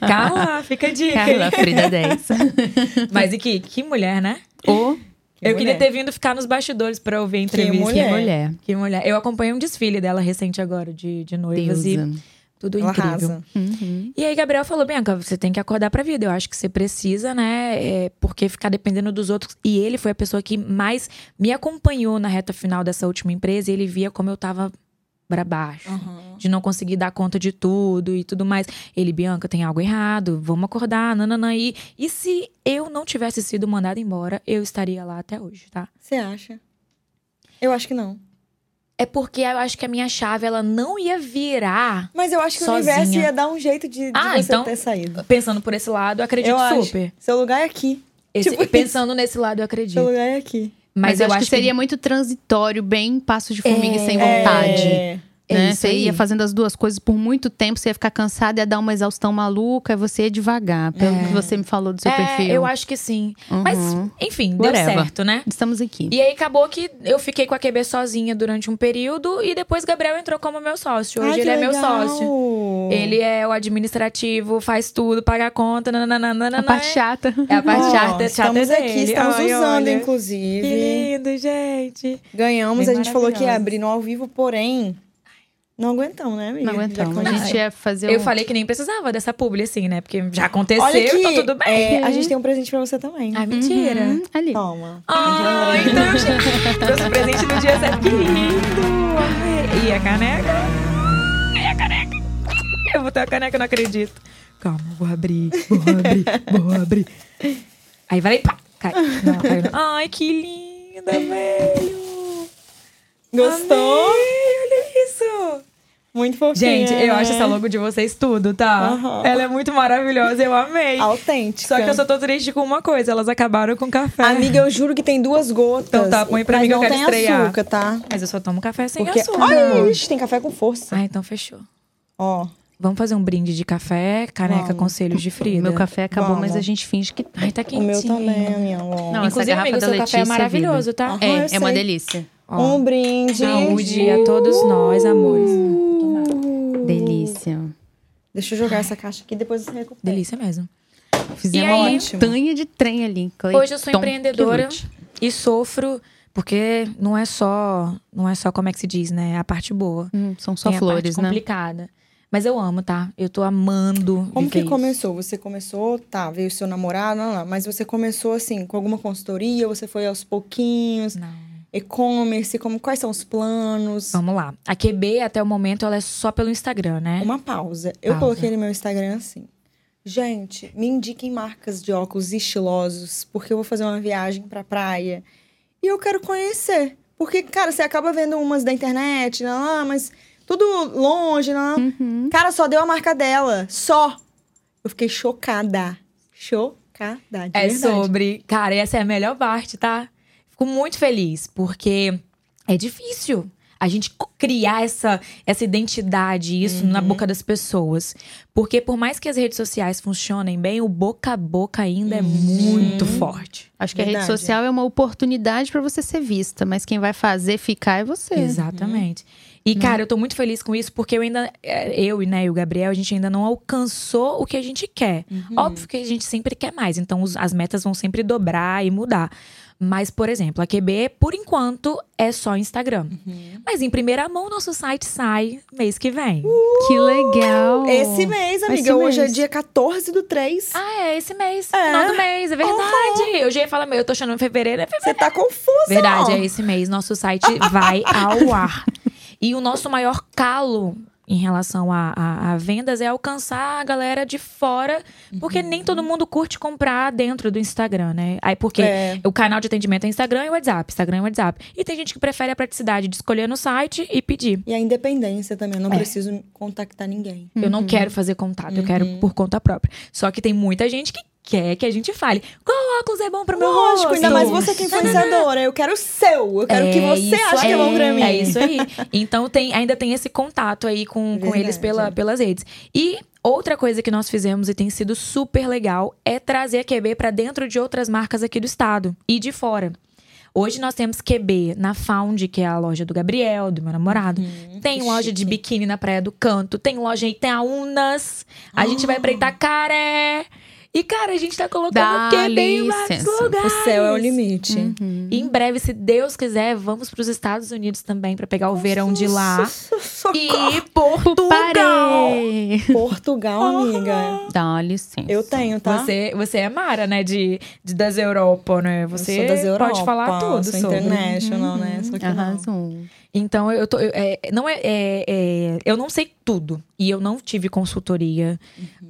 Speaker 3: Carla, É. fica a dica.
Speaker 2: Carla Frida é 10.
Speaker 3: Mas e que, que mulher, né?
Speaker 2: Ô,
Speaker 3: eu queria
Speaker 1: mulher.
Speaker 3: ter vindo ficar nos bastidores pra ouvir a entrevista.
Speaker 2: que
Speaker 1: mulher. É.
Speaker 2: mulher.
Speaker 3: Que mulher. Eu acompanhei um desfile dela recente agora, de, de noivas
Speaker 2: Deusa.
Speaker 3: e tudo
Speaker 1: Ela
Speaker 3: incrível.
Speaker 1: arrasa.
Speaker 2: Uhum.
Speaker 3: E aí, Gabriel falou: Bianca, você tem que acordar pra vida. Eu acho que você precisa, né? é, porque ficar dependendo dos outros. E ele foi a pessoa que mais me acompanhou na reta final dessa última empresa e ele via como eu tava pra baixo. De não conseguir dar conta de tudo e tudo mais. Ele, Bianca, tem algo errado, vamos acordar, nananã. E, e se eu não tivesse sido mandada embora, eu estaria lá até hoje, tá?
Speaker 1: Você acha? Eu acho que não.
Speaker 3: É porque eu acho que a minha chave, ela não ia virar
Speaker 1: Mas eu acho que
Speaker 3: Sozinha.
Speaker 1: o universo ia dar um jeito de, de
Speaker 3: Ah,
Speaker 1: você
Speaker 3: então-
Speaker 1: ter saído.
Speaker 3: Pensando por esse lado, eu acredito
Speaker 1: Eu acho.
Speaker 3: super.
Speaker 1: Seu lugar é aqui.
Speaker 3: Esse-
Speaker 1: Tipo isso.
Speaker 3: pensando nesse lado, eu acredito.
Speaker 1: Seu lugar é aqui.
Speaker 2: Mas,
Speaker 3: Mas,
Speaker 2: eu, acho que seria muito transitório, bem passo de formiga e sem
Speaker 3: É.
Speaker 2: vontade.
Speaker 1: É.
Speaker 3: É
Speaker 2: né?
Speaker 3: isso
Speaker 2: Você
Speaker 3: aí.
Speaker 2: ia fazendo as duas coisas por muito tempo, você ia ficar cansada, ia dar uma exaustão maluca, aí você ia devagar, pelo que você me falou
Speaker 1: um
Speaker 2: do seu
Speaker 3: é,
Speaker 2: perfil.
Speaker 3: eu acho que sim. Mas,
Speaker 2: Uhum.
Speaker 3: enfim,
Speaker 2: Whatever.
Speaker 3: deu certo, né?
Speaker 2: Estamos aqui.
Speaker 3: E aí acabou que eu fiquei com a QB sozinha durante um período e depois Gabriel entrou como meu sócio. Hoje
Speaker 1: Ai, que
Speaker 3: ele é meu
Speaker 1: legal.
Speaker 3: sócio. Ele é o administrativo, faz tudo, paga a conta, nananana.
Speaker 2: A parte chata.
Speaker 3: É a parte
Speaker 1: Ó,
Speaker 3: chata, chata
Speaker 1: Estamos
Speaker 3: dele.
Speaker 1: aqui, estamos
Speaker 3: Ai,
Speaker 1: usando,
Speaker 3: olha. Que
Speaker 1: inclusive.
Speaker 3: lindo, gente.
Speaker 1: Ganhamos,
Speaker 3: Bem
Speaker 1: a gente falou que ia
Speaker 3: maravilhosa.
Speaker 1: abrir no ao vivo, porém. Não aguentamos, né, amiga?
Speaker 2: Não aguentamos.
Speaker 1: Já
Speaker 2: A
Speaker 1: começou.
Speaker 2: gente ia fazer
Speaker 3: Eu
Speaker 2: um-
Speaker 3: falei que nem precisava dessa publi, assim, né? Porque já aconteceu,
Speaker 1: Olha aqui,
Speaker 3: então tudo bem.
Speaker 1: é, a gente tem um presente pra você também.
Speaker 3: Ai, mentira.
Speaker 2: Uhum, ali.
Speaker 1: Toma.
Speaker 3: Ah, então eu cheguei. Trouxe o presente do dia certo. Que lindo! Amei. E a caneca? E a caneca? Eu vou ter a caneca, não acredito. Calma, vou abrir, vou abrir, vou abrir. Aí vai lá e pá, cai. Não, caiu não. Ai, que linda, velho!
Speaker 1: Gostou?
Speaker 3: Amei, olha isso! é?
Speaker 1: Muito fofinha.
Speaker 3: Gente, eu acho
Speaker 1: né?
Speaker 3: essa logo de vocês tudo, tá?
Speaker 1: Aham.
Speaker 3: Ela é muito maravilhosa, eu amei.
Speaker 1: Autêntica.
Speaker 3: Só que eu só tô triste com uma coisa, elas acabaram com café.
Speaker 1: Amiga, eu juro que tem duas gotas.
Speaker 3: É. Então tá, põe pra
Speaker 1: mas
Speaker 3: mim que eu
Speaker 1: não
Speaker 3: quero
Speaker 1: tem
Speaker 3: estrear.
Speaker 1: açúcar, tá?
Speaker 3: Mas eu só tomo café sem
Speaker 1: Porque...
Speaker 3: açúcar.
Speaker 1: Olha, ixi, tem café com força.
Speaker 3: Ah, então fechou.
Speaker 1: Ó,
Speaker 3: Vamos fazer um brinde de café, caneca,
Speaker 1: Vamos.
Speaker 3: conselhos de Frida.
Speaker 2: Meu café acabou,
Speaker 1: Vamos.
Speaker 2: mas a gente finge que.
Speaker 3: Ai, tá quentinho.
Speaker 1: o meu também, a minha. Ó.
Speaker 2: Não, essa
Speaker 3: Inclusive,
Speaker 2: garrafa da
Speaker 3: amigo, seu café é
Speaker 2: Letícia,
Speaker 3: maravilhoso, tá?
Speaker 1: vida.
Speaker 2: É,
Speaker 1: eu
Speaker 2: é uma
Speaker 1: sei.
Speaker 2: delícia.
Speaker 3: Ó,
Speaker 1: Um brinde.
Speaker 3: Saúde a todos nós, amores.
Speaker 2: Uh. Delícia.
Speaker 1: Uh! Deixa eu jogar essa caixa aqui, depois você recupera.
Speaker 3: Delícia mesmo.
Speaker 2: Fizemos
Speaker 3: E
Speaker 2: uma
Speaker 3: aí?
Speaker 2: montanha de trem ali. Cleiton,
Speaker 3: Hoje eu sou empreendedora
Speaker 2: que lute.
Speaker 3: e sofro porque não é só, não é só como é que se diz, né? É a parte boa.
Speaker 2: Hum, são só
Speaker 3: Tem a
Speaker 2: flores,
Speaker 3: parte
Speaker 2: né?
Speaker 3: complicada. Mas eu amo, tá? Eu tô amando.
Speaker 1: Como
Speaker 3: viver
Speaker 1: que
Speaker 3: isso.
Speaker 1: começou? Você começou, tá, veio seu namorado, não, não, mas você começou assim, com alguma consultoria, você foi aos pouquinhos,
Speaker 3: Não.
Speaker 1: e-commerce, como quais são os planos?
Speaker 3: Vamos lá. A QB, até o momento, ela é só pelo Instagram, né?
Speaker 1: Uma pausa. Eu
Speaker 3: Pausa.
Speaker 1: coloquei no meu Instagram assim. Gente, me indiquem marcas de óculos estilosos, porque eu vou fazer uma viagem pra praia e eu quero conhecer. Porque, cara, você acaba vendo umas da internet, lá, lá, mas tudo longe, lá. lá.
Speaker 2: Uhum.
Speaker 1: Cara, só deu a marca dela. Só. Eu fiquei chocada. Chocada, de
Speaker 3: É
Speaker 1: verdade.
Speaker 3: sobre. Cara, essa é a melhor parte, tá? Fico muito feliz, porque é difícil a gente co- criar essa, essa identidade, isso na boca das pessoas. Porque por mais que as redes sociais funcionem bem, o boca a boca ainda
Speaker 1: Uhum.
Speaker 3: é muito forte.
Speaker 2: Acho que a
Speaker 1: Verdade.
Speaker 2: rede social é uma oportunidade pra você ser vista, mas quem vai fazer ficar é você.
Speaker 3: Exatamente. E, cara, eu tô muito feliz com isso, porque eu ainda. eh, Eu e, né, e o Gabriel, a gente ainda não alcançou o que a gente quer.
Speaker 1: Uhum.
Speaker 3: Óbvio que a gente sempre quer mais, então os- as metas vão sempre dobrar e mudar. Mas, por exemplo, a QB, por enquanto, é só Instagram.
Speaker 1: Uhum.
Speaker 3: Mas em primeira mão, nosso site sai mês que vem.
Speaker 1: Uh.
Speaker 2: Que legal.
Speaker 1: Esse mês, amiga.
Speaker 2: Esse
Speaker 1: Hoje
Speaker 2: mês.
Speaker 1: é dia 14 do 3.
Speaker 3: Ah, é esse mês.
Speaker 1: É. Uhum.
Speaker 3: Final do mês, é verdade. Eu já ia falar, meu, eu tô achando fevereiro, é fevereiro.
Speaker 1: Você tá confusa,
Speaker 3: Verdade,
Speaker 1: ó.
Speaker 3: é esse mês. Nosso site vai ao ar. E o nosso maior calo em relação a, a- a vendas é alcançar a galera de fora, porque
Speaker 1: Uhum.
Speaker 3: nem todo mundo curte comprar dentro do Instagram, né? Aí porque
Speaker 1: É.
Speaker 3: o canal de atendimento é Instagram e WhatsApp, Instagram e WhatsApp. E tem gente que prefere a praticidade de escolher no site e pedir.
Speaker 1: E a independência também. Eu não
Speaker 3: É.
Speaker 1: preciso contactar ninguém.
Speaker 2: Uhum.
Speaker 3: Eu não quero fazer contato, eu quero
Speaker 1: Uhum.
Speaker 3: por conta própria. Só que tem muita gente que quer que a gente fale qual óculos é bom pro meu
Speaker 1: Lógico,
Speaker 3: rosto.
Speaker 1: ainda mais você que é influenciadora. Eu quero o seu. Eu quero o que você
Speaker 3: isso
Speaker 1: acha que é bom pra mim.
Speaker 3: É isso aí. Então tem, ainda tem esse contato aí com, com
Speaker 1: Verdade.
Speaker 3: eles pela, pelas redes. E outra coisa que nós fizemos e tem sido super legal é trazer a QB pra dentro de outras marcas aqui do estado e de fora. Hoje nós temos QB na Found, que é a loja do Gabriel, do meu namorado.
Speaker 1: Uhum.
Speaker 3: tem
Speaker 1: que
Speaker 3: loja de
Speaker 1: chique.
Speaker 3: biquíni na Praia do Canto. Tem loja aí, tem a Unas. A gente
Speaker 1: Ah.
Speaker 3: vai pra Itacaré. E, cara, a gente tá
Speaker 2: Dá
Speaker 3: colocando QB em vários
Speaker 2: licença. O
Speaker 1: O
Speaker 3: lugares.
Speaker 1: céu é o limite.
Speaker 3: E em breve, se Deus quiser, vamos para os Estados Unidos também para pegar o verão de lá. E Portugal!
Speaker 2: Parei.
Speaker 1: Portugal, amiga.
Speaker 2: Dá licença.
Speaker 1: Eu tenho, tá?
Speaker 3: Você, você é Mara, né? De, de- das Europa, né? Você
Speaker 1: eu sou das Europa,
Speaker 3: pode falar tudo
Speaker 1: sou
Speaker 3: sobre. Uhum.
Speaker 1: international, né? Só que não.
Speaker 2: Arrasou.
Speaker 3: Então, eu tô. eu- é, não é, é- é- Eu não sei tudo. E eu não tive consultoria.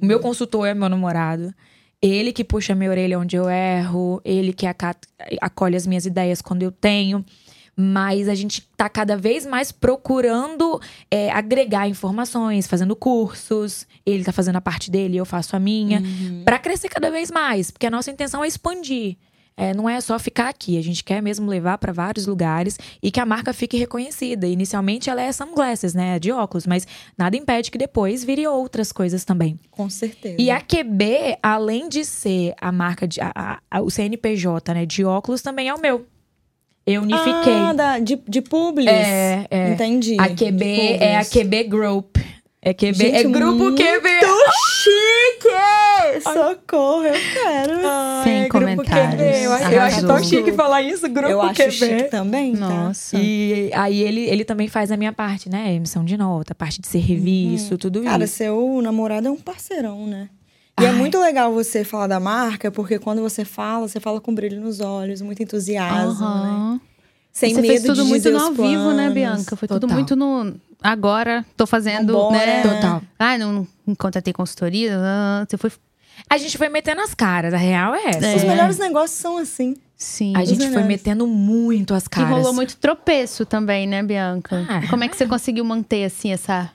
Speaker 3: O meu consultor é meu namorado. Ele que puxa minha orelha onde eu erro. Ele que acata- acolhe as minhas ideias quando eu tenho. Mas a gente tá cada vez mais procurando é, agregar informações, fazendo cursos. Ele tá fazendo a parte dele, eu faço a minha. Pra crescer cada vez mais. Porque a nossa intenção é expandir. É, não é só ficar aqui, a gente quer mesmo levar para vários lugares e que a marca fique reconhecida. Inicialmente ela é sunglasses, né, de óculos, mas nada impede que depois vire outras coisas também.
Speaker 1: Com certeza.
Speaker 3: E a QB, além de ser a marca de a- a- a- o CNPJ, né, de óculos também é o meu. Eu unifiquei.
Speaker 1: Ah, da, de, de Publis.
Speaker 3: É, é.
Speaker 1: Entendi.
Speaker 3: a
Speaker 1: De
Speaker 3: QB
Speaker 1: Publis.
Speaker 3: é a QB Group. É QB, é
Speaker 1: Gente,
Speaker 3: grupo
Speaker 1: muito
Speaker 3: QB.
Speaker 1: Chique! Socorro, eu quero.
Speaker 2: Sem comentários.
Speaker 3: Eu, acho- eu acho tão
Speaker 2: Arrasou.
Speaker 3: chique falar isso, grupo
Speaker 1: eu acho
Speaker 3: QB.
Speaker 1: chique também, tá?
Speaker 2: Nossa.
Speaker 3: E aí ele, ele também faz a minha parte, né? Emissão de nota, parte de serviço, tudo
Speaker 1: Cara,
Speaker 3: isso.
Speaker 1: seu namorado é um parceirão, né? E é
Speaker 3: Ai.
Speaker 1: muito legal você falar da marca, porque quando você fala, você fala com brilho nos olhos, muito entusiasmo, né?
Speaker 2: Aham.
Speaker 1: Sem
Speaker 2: Você
Speaker 1: medo
Speaker 2: fez tudo
Speaker 1: de
Speaker 2: muito
Speaker 1: dizer
Speaker 2: no
Speaker 1: os
Speaker 2: ao vivo, né,
Speaker 1: planos.
Speaker 2: Bianca? Foi tudo
Speaker 3: Total.
Speaker 2: muito no. Agora tô fazendo,
Speaker 1: Vambora, né?
Speaker 2: né?
Speaker 3: Total.
Speaker 2: Ah, não, não contratei consultoria. ah, Você foi.
Speaker 3: A gente foi metendo as caras, a real é essa.
Speaker 1: Os
Speaker 2: É.
Speaker 1: melhores negócios são assim.
Speaker 2: Sim.
Speaker 3: A gente foi
Speaker 1: melhores.
Speaker 3: metendo muito as
Speaker 2: Que
Speaker 3: caras.
Speaker 2: rolou muito tropeço também, né, Bianca?
Speaker 3: Ah.
Speaker 2: Como é que você conseguiu manter, assim, essa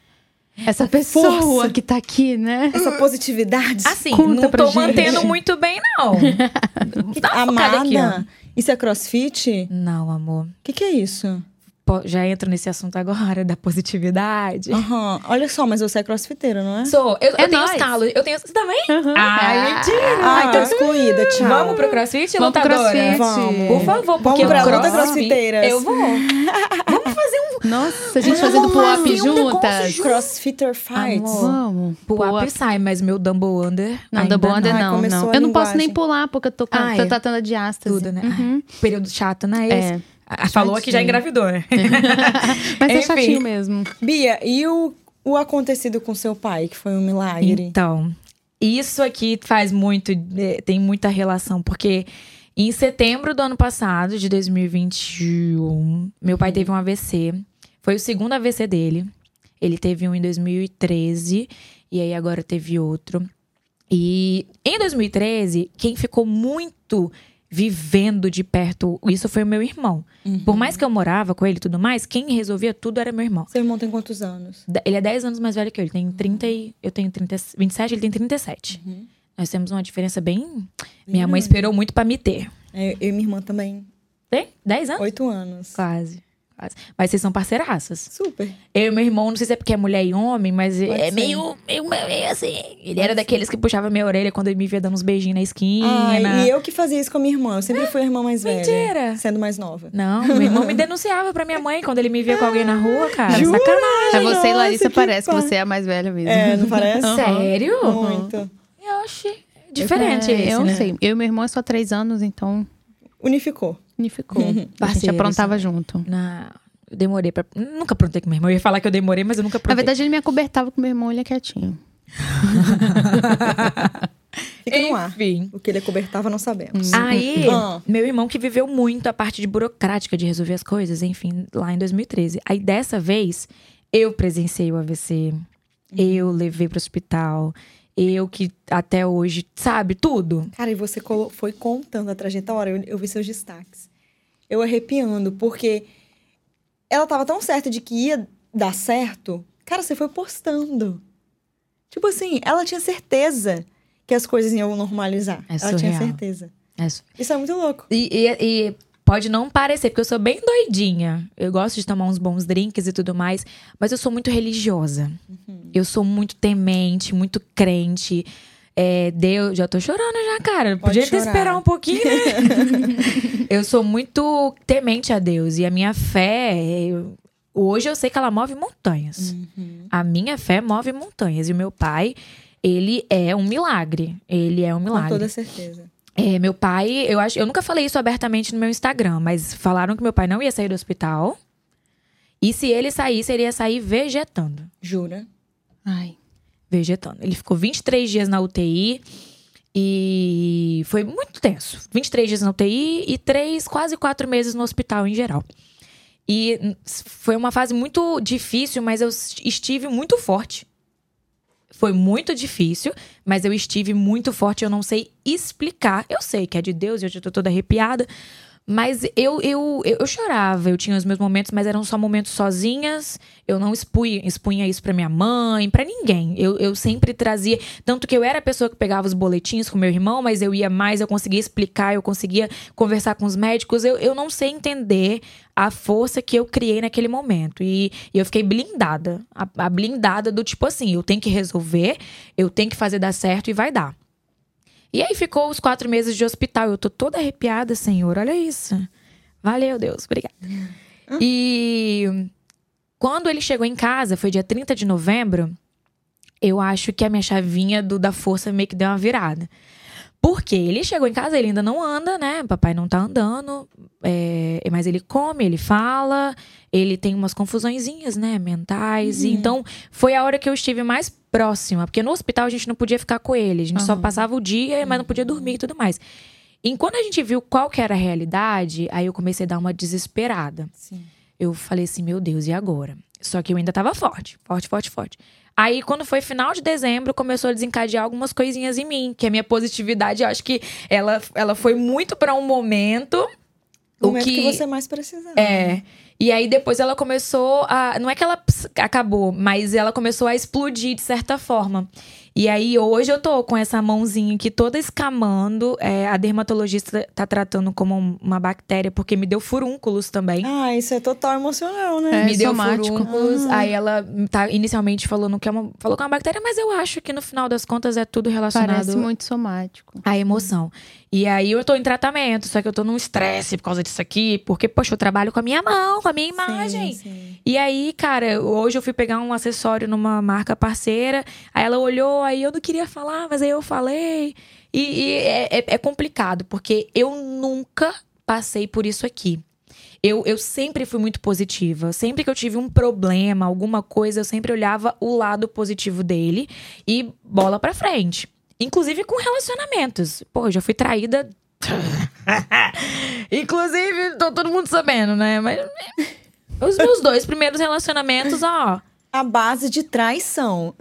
Speaker 2: Essa pessoa que tá aqui, né?
Speaker 1: Essa positividade.
Speaker 3: Assim,
Speaker 2: Conta
Speaker 3: não
Speaker 2: pra
Speaker 3: tô
Speaker 2: gente.
Speaker 3: mantendo muito bem, não. Dá uma focada aqui, ó.
Speaker 1: Amada. Isso é crossfit?
Speaker 3: Não, amor.
Speaker 1: O que, que é isso?
Speaker 3: Po- Já entro nesse assunto agora, da positividade.
Speaker 1: Aham. Olha só, mas você é crossfiteira, não é?
Speaker 3: Sou. Eu, eu
Speaker 2: É
Speaker 3: tenho
Speaker 2: nóis.
Speaker 3: os talos. Eu tenho. Você também?
Speaker 2: Uhum.
Speaker 3: Ai, mentira!
Speaker 1: Ai, tô Ah, então excluída, tchau.
Speaker 3: Ah. Vamos pro crossfit,
Speaker 2: Vamos pro
Speaker 3: lutadora?
Speaker 2: crossfit.
Speaker 1: Vamos.
Speaker 3: Por favor,
Speaker 1: Vamos
Speaker 3: porque
Speaker 1: pra
Speaker 3: o
Speaker 1: luta
Speaker 3: crossfit-
Speaker 1: crossfiteiras.
Speaker 3: Eu vou.
Speaker 2: Nossa, a gente
Speaker 3: Vamos
Speaker 2: fazendo
Speaker 3: lá,
Speaker 2: pull-up
Speaker 3: tem um negócio
Speaker 2: juntas.
Speaker 1: Crossfitter Fights.
Speaker 3: Amor.
Speaker 2: Vamos.
Speaker 3: Pull-up sai, mas meu Dumble Under.
Speaker 2: Não,
Speaker 3: ainda
Speaker 2: double under é assim.
Speaker 1: não. Ai,
Speaker 2: não,
Speaker 1: começou
Speaker 2: não.
Speaker 1: a
Speaker 2: Eu não posso
Speaker 1: linguagem.
Speaker 2: nem pular, porque eu tô, com,
Speaker 3: Ah,
Speaker 2: tô
Speaker 3: é.
Speaker 2: tratando a diástase.
Speaker 3: Tudo, né?
Speaker 2: Uhum.
Speaker 3: Período chato, né? Esse?
Speaker 2: É.
Speaker 3: A- Falou que já engravidou, né?
Speaker 2: Mas é
Speaker 3: Enfim.
Speaker 2: chatinho mesmo.
Speaker 1: Bia, e o, o acontecido com seu pai, que foi um milagre?
Speaker 3: Então, isso aqui faz muito, eh, tem muita relação, porque em setembro do ano passado, de 2021, meu pai teve um AVC. Foi o segundo AVC dele. Ele teve um em 2013 e aí agora teve outro. E em 2013, quem ficou muito vivendo de perto, isso foi o meu irmão. Por mais que eu morava com ele e tudo mais, quem resolvia tudo era meu irmão.
Speaker 1: Seu irmão tem quantos anos?
Speaker 3: Da- Ele é 10 anos mais velho que eu. Ele
Speaker 1: Uhum.
Speaker 3: tem 30 e, Eu tenho 30, 27, ele tem 37. Nós temos uma diferença bem. Minha mãe esperou muito pra me ter.
Speaker 1: É, eu e minha irmã também.
Speaker 3: Tem? 10 anos?
Speaker 1: Oito anos.
Speaker 3: Quase. Quase. Mas vocês são parceiraças.
Speaker 1: Super.
Speaker 3: Eu e meu irmão, não sei se é porque é mulher e homem, mas
Speaker 1: Pode
Speaker 3: é
Speaker 1: ser.
Speaker 3: meio, meio, meio assim. Ele
Speaker 1: Pode
Speaker 3: era
Speaker 1: ser.
Speaker 3: daqueles que puxava minha orelha quando ele me via dando uns beijinhos na esquina.
Speaker 1: Ai, e eu que fazia isso com a minha irmã. Eu sempre fui a irmã mais velha.
Speaker 3: Ah, Mentira!
Speaker 1: Sendo mais nova.
Speaker 3: Não, meu irmão me denunciava pra minha mãe quando ele me via com alguém na rua, cara.
Speaker 1: Jura?
Speaker 3: Sacanagem.
Speaker 2: Pra você e
Speaker 1: nossa,
Speaker 2: Larissa
Speaker 1: que
Speaker 2: parece que
Speaker 1: pa-
Speaker 2: você é a mais velha mesmo.
Speaker 1: É, não parece?
Speaker 3: Sério?
Speaker 1: Muito.
Speaker 3: Eu achei diferente
Speaker 2: É,
Speaker 3: esse,
Speaker 2: Eu
Speaker 3: né?
Speaker 2: não sei. Eu e meu irmão é só três anos, então
Speaker 1: Unificou.
Speaker 2: unificou. a gente
Speaker 3: Parceiros,
Speaker 2: aprontava junto.
Speaker 3: Na... Eu demorei pra. Nunca aprontei com meu irmão. Eu ia falar que eu demorei, mas eu nunca
Speaker 2: Na
Speaker 3: aprontei.
Speaker 2: verdade, ele me acobertava com meu irmão, ele é quietinho.
Speaker 1: Fica no ar.
Speaker 3: Enfim.
Speaker 1: O que ele cobertava, não sabemos.
Speaker 3: Aí,
Speaker 1: Ah.
Speaker 3: meu irmão que viveu muito a parte de burocrática de resolver as coisas, enfim, lá em 2013. Aí dessa vez, eu presenciei o AVC.
Speaker 1: Uhum.
Speaker 3: Eu levei pro hospital. Eu que até hoje, sabe, tudo.
Speaker 1: Cara, e você colo- foi contando a trajetória, eu, eu vi seus destaques. Eu arrepiando, porque ela tava tão certa de que ia dar certo. Cara, você foi postando. Tipo assim, ela tinha certeza que as coisas iam normalizar.
Speaker 3: É
Speaker 1: ela tinha
Speaker 3: surreal.
Speaker 1: certeza. Isso é muito louco.
Speaker 3: E, e- e pode não parecer, porque eu sou bem doidinha. Eu gosto de tomar uns bons drinks e tudo mais, mas eu sou muito religiosa.
Speaker 1: Uhum.
Speaker 3: Eu sou muito temente, muito crente. É, Deus, já tô chorando já, cara.
Speaker 1: Pode
Speaker 3: Podia até
Speaker 1: chorar.
Speaker 3: esperar um pouquinho, né? eu sou muito temente a Deus. E a minha fé, eu- hoje eu sei que ela move montanhas.
Speaker 1: Uhum.
Speaker 3: A minha fé move montanhas. E o meu pai, ele é um milagre. Ele é um
Speaker 1: Com
Speaker 3: milagre.
Speaker 1: toda certeza.
Speaker 3: É, meu pai, eu acho, eu nunca falei isso abertamente no meu Instagram, mas falaram que meu pai não ia sair do hospital. E se ele saísse, ele ia sair vegetando.
Speaker 1: Jura?
Speaker 2: Ai.
Speaker 3: Vegetando. Ele ficou 23 dias na UTI e foi muito tenso. 23 dias na UTI e três, quase quatro meses no hospital em geral. E hum, s- foi uma fase muito difícil, mas eu s- estive muito forte. Foi muito difícil, mas eu estive muito forte. Eu não sei explicar. Eu sei que é de Deus, eu já tô toda arrepiada. Mas eu, eu, eu, eu chorava, eu tinha os meus momentos, mas eram só momentos sozinhas. Eu não expunha, expunha isso pra minha mãe, pra ninguém. Eu, eu sempre trazia. Tanto que eu era a pessoa que pegava os boletins com meu irmão, mas eu ia mais, eu conseguia explicar, eu conseguia conversar com os médicos. Eu, eu não sei entender a força que eu criei naquele momento. E, e eu fiquei blindada. A, a blindada do tipo assim, eu tenho que resolver, eu tenho que fazer dar certo e vai dar. E aí ficou os quatro meses de hospital. Eu tô toda arrepiada, senhor. Olha isso. Valeu, Deus. Obrigada. E quando ele chegou em casa, foi dia 30 de novembro, eu acho que a minha chavinha do, da força meio que deu uma virada. Porque ele chegou em casa, ele ainda não anda, né? Papai não tá andando. é, mas ele come, ele fala, ele tem umas confusõezinhas, né? Mentais. E Então, foi a hora que eu estive mais próxima. Porque no hospital a gente não podia ficar com ele. A gente só
Speaker 2: Aham.
Speaker 3: passava o dia, mas não podia dormir e tudo mais. E quando a gente viu qual que era a realidade, aí eu comecei a dar uma desesperada.
Speaker 1: Sim.
Speaker 3: Eu falei assim, meu Deus, e agora? Só que eu ainda tava forte, forte, forte, forte. Aí, quando foi final de dezembro, começou a desencadear algumas coisinhas em mim, que a minha positividade, eu acho que ela, ela foi muito pra um momento.
Speaker 1: O
Speaker 3: o
Speaker 1: momento é que...
Speaker 3: que
Speaker 1: você mais precisava.
Speaker 3: é. E aí depois ela começou a. Não é que ela ps- acabou, mas ela começou a explodir de certa forma. E aí hoje eu tô com essa mãozinha aqui toda escamando. É, a dermatologista tá tratando como uma bactéria, porque me deu furúnculos também.
Speaker 1: Ah, isso é total emocional, né?
Speaker 2: É,
Speaker 3: me deu
Speaker 2: somático. Ah.
Speaker 3: furúnculos. Aí ela tá, inicialmente falando que é uma, falou que é uma bactéria, mas eu acho que no final das contas é tudo relacionado
Speaker 2: Parece muito somático.
Speaker 3: a emoção. E aí eu tô em tratamento, só que eu tô num estresse por causa disso aqui, porque, poxa, eu trabalho com a minha mão, com a minha imagem.
Speaker 1: Sim, sim.
Speaker 3: E aí, cara, hoje eu fui pegar um acessório numa marca parceira, aí ela olhou, aí eu não queria falar, mas aí eu falei. E, e é, é- é complicado, porque eu nunca passei por isso aqui. Eu, eu sempre fui muito positiva. Sempre que eu tive um problema, alguma coisa, eu sempre olhava o lado positivo dele e bola pra frente. Inclusive com relacionamentos. Pô, eu já fui traída. Inclusive, tô todo mundo sabendo, né? Mas os meus dois primeiros relacionamentos, ó.
Speaker 1: A base de traição.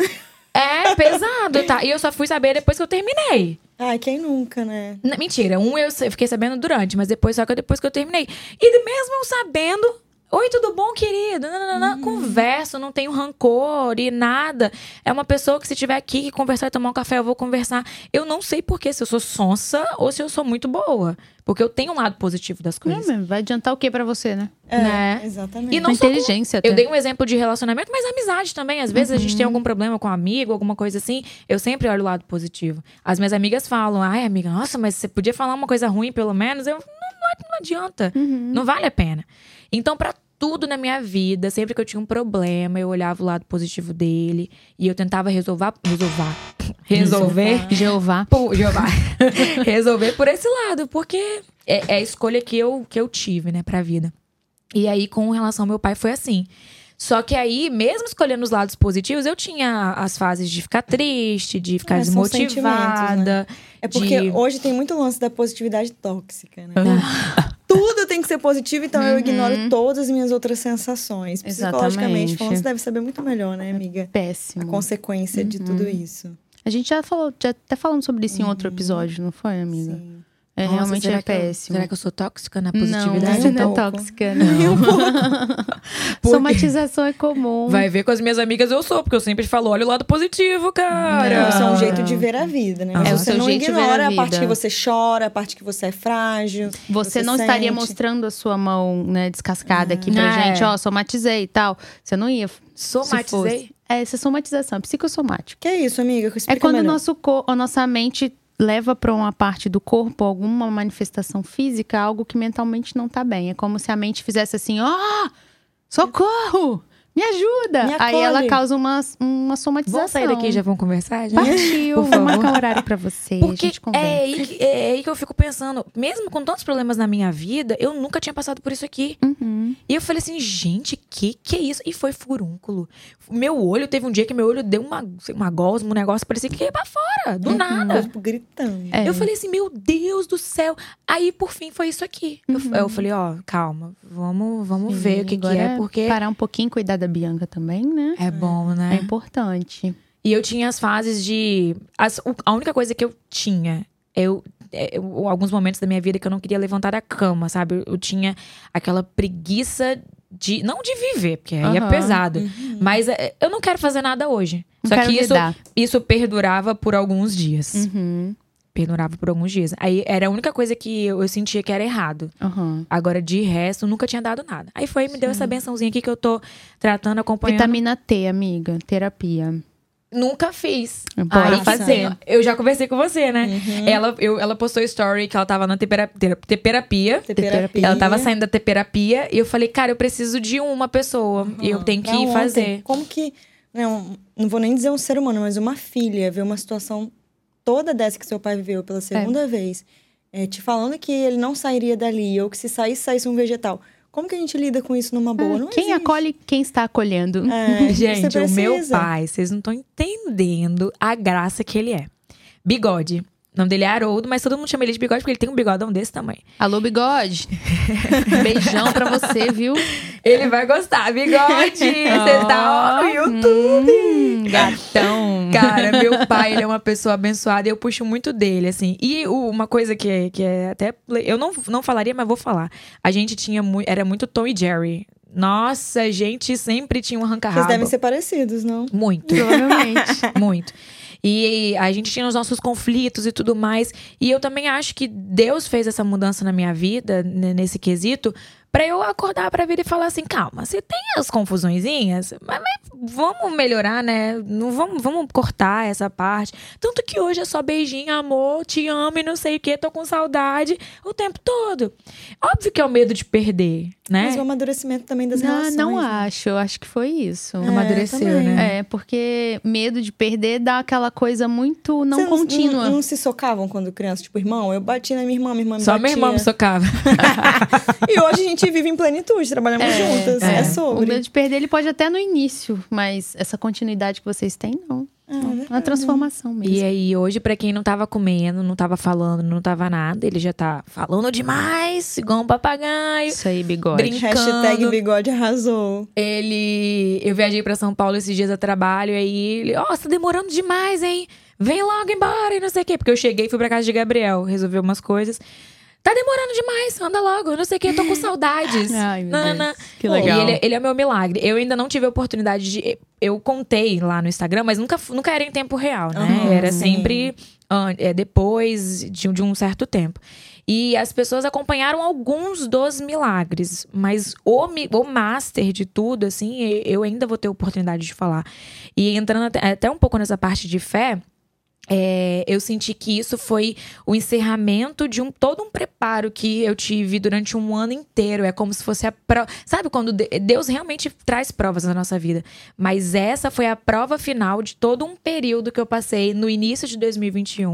Speaker 3: É pesado, tá? E eu só fui saber depois que eu terminei.
Speaker 1: Ai, quem nunca, né?
Speaker 3: N- mentira, um eu se- fiquei sabendo durante, mas depois só que eu- depois que eu terminei. E mesmo eu sabendo. Oi, tudo bom, querido? Nananana, Converso, não tenho rancor e nada. É uma pessoa que se tiver aqui que conversar e tomar um café, eu vou conversar. Eu não sei por quê, se eu sou sonsa ou se eu sou muito boa. Porque eu tenho um lado positivo das
Speaker 2: Não,
Speaker 3: coisas.
Speaker 2: mas vai adiantar o que pra você, né?
Speaker 1: É,
Speaker 3: Né?
Speaker 1: exatamente.
Speaker 3: E não
Speaker 2: Uma
Speaker 3: só com-
Speaker 2: inteligência
Speaker 3: Eu
Speaker 2: até.
Speaker 3: dei um exemplo de relacionamento, mas amizade também. Às vezes a gente tem algum problema com um amigo, alguma coisa assim. Eu sempre olho o lado positivo. As minhas amigas falam, ai, amiga, nossa, mas você podia falar uma coisa ruim, pelo menos. Eu, não, não- não adianta. Não vale a pena. Então, pra tudo na minha vida, sempre que eu tinha um problema, eu olhava o lado positivo dele. E eu tentava resolver... Resolver. Resolver.
Speaker 2: Jeová.
Speaker 3: Pô, Jeová. Resolver por esse lado, porque é, é a escolha que eu, que eu tive, né, pra vida. E aí, com relação ao meu pai, foi assim. Só que aí, mesmo escolhendo os lados positivos, eu tinha as fases de ficar triste, de ficar
Speaker 1: É, são
Speaker 2: né?
Speaker 3: desmotivada.
Speaker 1: É porque
Speaker 3: de-
Speaker 1: hoje tem muito lance da positividade tóxica, né? Tudo tem que ser positivo, então
Speaker 2: Uhum.
Speaker 1: eu ignoro todas as minhas outras sensações. Psicologicamente
Speaker 2: Exatamente.
Speaker 1: falando, você deve saber muito melhor, né, amiga? A
Speaker 2: Péssimo.
Speaker 1: consequência de
Speaker 2: Uhum.
Speaker 1: tudo isso.
Speaker 2: A gente já falou, já até falamos sobre isso em outro episódio, não foi, amiga?
Speaker 1: Sim.
Speaker 2: É,
Speaker 3: Nossa,
Speaker 2: realmente
Speaker 3: será
Speaker 2: é
Speaker 3: que eu-
Speaker 2: péssimo.
Speaker 3: será que eu sou tóxica na
Speaker 2: não,
Speaker 3: positividade?
Speaker 2: você
Speaker 1: um
Speaker 2: não é
Speaker 1: pouco.
Speaker 2: tóxica, não. Somatização é comum.
Speaker 3: Vai ver com as minhas amigas eu sou, porque eu sempre falo, olha o lado positivo, cara.
Speaker 1: Não, isso é um jeito de ver a vida, né?
Speaker 3: É o
Speaker 1: você
Speaker 2: seu
Speaker 1: não
Speaker 2: jeito de ver a
Speaker 1: ignora a parte
Speaker 2: vida.
Speaker 1: que você chora, a parte que você é frágil.
Speaker 2: Você,
Speaker 1: você
Speaker 2: não
Speaker 1: sente.
Speaker 2: estaria
Speaker 1: Ah,
Speaker 2: mostrando a sua mão, né, descascada aqui pra
Speaker 3: É.
Speaker 2: gente, ó, somatizei e tal. Você não ia. se
Speaker 3: Somatizei.
Speaker 2: fosse. É, essa somatização, é psicossomático.
Speaker 1: Que é isso, amiga?
Speaker 2: É
Speaker 1: Explica
Speaker 2: quando o
Speaker 1: melhor.
Speaker 2: nosso cor, a nossa mente leva para uma parte do corpo alguma manifestação física, algo que mentalmente não tá bem. É como se a mente fizesse assim, ó, socorro! Me ajuda!
Speaker 1: Me
Speaker 2: Aí ela
Speaker 1: acolhe.
Speaker 2: causa uma, uma somatização.
Speaker 3: Vamos sair daqui e já vamos conversar? gente?
Speaker 2: Partiu,
Speaker 3: Por
Speaker 2: vou
Speaker 3: favor.
Speaker 2: marcar um horário pra você. a
Speaker 3: Porque
Speaker 2: gente
Speaker 3: é
Speaker 2: conversa.
Speaker 3: aí, que, é aí que eu fico pensando, mesmo com tantos problemas na minha vida, eu nunca tinha passado por isso aqui.
Speaker 2: Uhum.
Speaker 3: E eu falei assim, gente, que que é isso? E foi furúnculo. Meu olho, teve um dia que meu olho deu uma, uma gosma, um negócio, parecia que ia pra fora, do
Speaker 1: O
Speaker 3: nada.
Speaker 1: corpo gritando.
Speaker 2: Uhum. É.
Speaker 3: Eu falei assim, meu Deus do céu. Aí, por fim, foi isso aqui. Eu- Eu, falei, ó, calma, vamos, vamos
Speaker 2: Uhum. Sim,
Speaker 3: ver o que, que
Speaker 2: Uhum. agora
Speaker 3: é, porque
Speaker 2: Parar um pouquinho, cuidar da Bianca também, né?
Speaker 3: é bom, né?
Speaker 2: É importante.
Speaker 3: E eu tinha as fases de. as- o- a única coisa que eu tinha. Eu, é, eu- Alguns momentos da minha vida que eu não queria levantar da cama, sabe? Eu, eu tinha aquela preguiça de. Não de viver, porque aí é
Speaker 2: Aham.
Speaker 3: pesado.
Speaker 1: Uhum.
Speaker 3: Mas é, eu não quero fazer nada hoje.
Speaker 2: Não
Speaker 3: Só
Speaker 2: quero
Speaker 3: que isso,
Speaker 2: lidar.
Speaker 3: isso perdurava por alguns dias.
Speaker 2: Uhum.
Speaker 3: Perdurava por alguns dias. Aí era a única coisa que eu, eu sentia que era errado.
Speaker 2: Aham.
Speaker 3: Agora, de resto, nunca tinha dado nada. Aí foi, me deu essa bençãozinha aqui que eu tô tratando, acompanhando.
Speaker 2: Vitamina T, amiga. Terapia.
Speaker 3: Nunca fiz.
Speaker 2: Bora
Speaker 3: Aí,
Speaker 1: fazer.
Speaker 3: sim, Eu já conversei com você, né?
Speaker 1: Uhum.
Speaker 2: É
Speaker 3: Ela, eu, ela postou story que ela tava na tepera- ter- terapia.
Speaker 1: Terapia.
Speaker 3: Ela tava saindo da terapia e eu falei, cara, eu preciso de uma pessoa. E eu tenho que
Speaker 1: Pra ontem,
Speaker 3: fazer.
Speaker 1: Como que. Não, não vou nem dizer um ser humano, mas uma filha ver uma situação toda dessa que seu pai viveu pela segunda vez, é, te falando que ele não sairia dali, ou que se saísse, saísse um vegetal. Como que a gente lida com isso numa boa? Não
Speaker 2: Ah, quem é?
Speaker 1: existe.
Speaker 2: acolhe quem está acolhendo.
Speaker 1: É,
Speaker 3: Gente,
Speaker 1: você
Speaker 3: o meu
Speaker 1: precisa.
Speaker 3: pai, vocês não estão entendendo a graça que ele é. Bigode. O nome dele é Haroldo, mas todo mundo chama ele de bigode porque ele tem um bigodão desse tamanho.
Speaker 2: Alô, bigode. Beijão pra você, viu?
Speaker 3: Ele vai gostar, bigode! Você tá ó, no YouTube!
Speaker 2: Hum, gatão.
Speaker 3: Cara, meu pai, ele é uma pessoa abençoada e eu puxo muito dele, assim. E o- uma coisa que, é- que é até. Eu não, não falaria, mas vou falar. A gente tinha muito. Era muito Tom e Jerry Nossa, a gente sempre tinha um
Speaker 1: Vocês
Speaker 3: arranca-rabo.
Speaker 1: devem ser parecidos, não?
Speaker 3: Muito.
Speaker 2: Provavelmente.
Speaker 3: Muito. E a gente tinha os nossos conflitos e tudo mais. E eu também acho que Deus fez essa mudança na minha vida, n- nesse quesito, pra eu acordar pra vida e falar assim: calma, você tem as confusõezinhas, mas, mas vamos melhorar, né? Não vamos, vamos cortar essa parte. Tanto que hoje é só beijinho, amor, te amo e não sei o quê, tô com saudade o tempo todo. Óbvio que é o medo de perder, né?
Speaker 1: Mas o amadurecimento também das
Speaker 2: Não,
Speaker 1: relações.
Speaker 2: não
Speaker 1: né?
Speaker 2: acho. Eu acho que foi isso.
Speaker 1: É,
Speaker 3: Amadureceu, né?
Speaker 1: também.
Speaker 2: É, porque medo de perder dá aquela coisa muito não
Speaker 1: Vocês
Speaker 2: contínua.
Speaker 1: Não, não se socavam quando criança? Tipo, irmão, eu bati na minha irmã, minha irmã me
Speaker 3: Só
Speaker 1: batia.
Speaker 3: minha irmã me socava.
Speaker 1: E hoje a gente vive em plenitude, trabalhamos juntas. É,
Speaker 3: é.
Speaker 2: O
Speaker 1: sobre.
Speaker 2: medo de perder ele pode até no início, mas essa continuidade que vocês têm, não.
Speaker 1: É, né?
Speaker 2: É uma transformação mesmo.
Speaker 3: E aí, hoje, pra quem não tava comendo, não tava falando, não tava nada, ele já tá falando demais, igual um papagaio.
Speaker 2: é Isso aí, bigode.
Speaker 3: Brin-
Speaker 1: Hashtag
Speaker 3: brincando.
Speaker 1: bigode arrasou.
Speaker 3: Ele. Eu viajei pra São Paulo esses dias a trabalho, aí ele. Ó, você tá demorando demais, hein? Vem logo embora e não sei o quê. Porque eu cheguei, fui pra casa de Gabriel, resolvi umas coisas. Tá demorando demais, anda logo, não sei o quê, tô com saudades.
Speaker 2: Ai, meu Deus.
Speaker 3: Nanana.
Speaker 2: Que
Speaker 3: Pô,
Speaker 2: legal.
Speaker 3: E ele, ele é o meu milagre. Eu ainda não tive a oportunidade de. Eu contei lá no Instagram, mas nunca, fu- nunca era em tempo real, né?
Speaker 1: Aham,
Speaker 3: era
Speaker 1: sim.
Speaker 3: sempre ah, é, depois de, de um certo tempo. E as pessoas acompanharam alguns dos milagres, mas o, mi- o master de tudo, assim, e- eu ainda vou ter oportunidade de falar. E entrando até, até um pouco nessa parte de fé. é, eu senti que isso foi o encerramento de um todo um preparo que eu tive durante um ano inteiro. É como se fosse a prova. Sabe quando de- Deus realmente traz provas na nossa vida? Mas essa foi a prova final de todo um período que eu passei no início de 2021.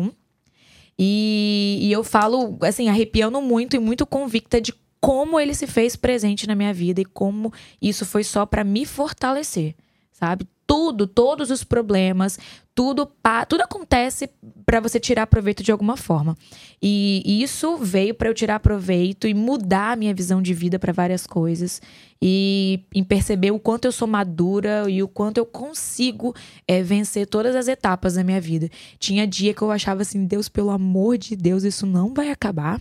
Speaker 3: E, e eu falo, assim, arrepiando muito e muito convicta de como ele se fez presente na minha vida e como isso foi só pra me fortalecer, sabe? Tudo, todos os problemas, tudo, pa- tudo acontece pra você tirar proveito de alguma forma. E isso veio pra eu tirar proveito e mudar a minha visão de vida pra várias coisas. E em perceber o quanto eu sou madura e o quanto eu consigo é, vencer todas as etapas da minha vida. Tinha dia que eu achava assim, Deus, pelo amor de Deus, isso não vai acabar.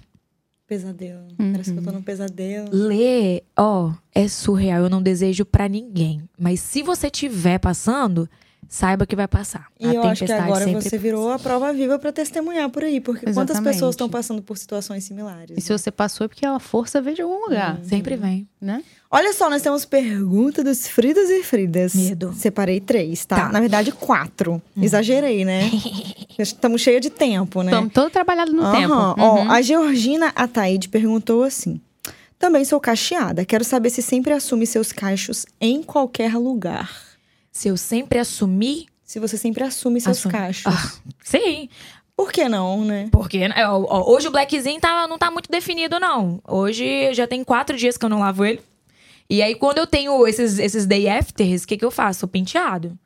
Speaker 1: Pesadelo.
Speaker 2: Uhum.
Speaker 1: Parece que eu tô num pesadelo.
Speaker 3: Ler, ó, é surreal, eu não desejo pra ninguém. Mas se você tiver passando, saiba que vai passar.
Speaker 1: E eu acho que agora
Speaker 3: sempre
Speaker 1: você virou a prova viva pra testemunhar por aí, porque quantas
Speaker 2: Exatamente.
Speaker 1: pessoas estão passando por situações similares? né?
Speaker 2: E se você passou é porque a força veio de algum lugar,
Speaker 1: Uhum.
Speaker 3: Sempre vem.
Speaker 2: né?
Speaker 1: Olha só, nós temos pergunta dos Fridas e Fridas.
Speaker 3: Medo.
Speaker 1: Separei três, tá?
Speaker 3: Tá.
Speaker 1: Na verdade, quatro.
Speaker 2: Hum.
Speaker 1: Exagerei, né? Estamos cheios de tempo, né?
Speaker 2: Estamos todo trabalhado no
Speaker 1: Aham.
Speaker 2: tempo.
Speaker 1: Ó,
Speaker 2: Uhum.
Speaker 1: a Georgina Ataíde perguntou assim: Também sou cacheada. Quero saber se sempre assume seus cachos em qualquer lugar.
Speaker 3: Se eu sempre assumir,
Speaker 1: Se você sempre assume seus
Speaker 3: Assume. Ah.
Speaker 1: cachos.
Speaker 3: sim.
Speaker 1: Por que não, né?
Speaker 3: Porque né, ó, ó, hoje o blackzinho tá, não tá muito definido, não. Hoje já tem quatro dias que eu não lavo ele. E aí, quando eu tenho esses, esses day afters, o que, que eu faço? Eu penteado.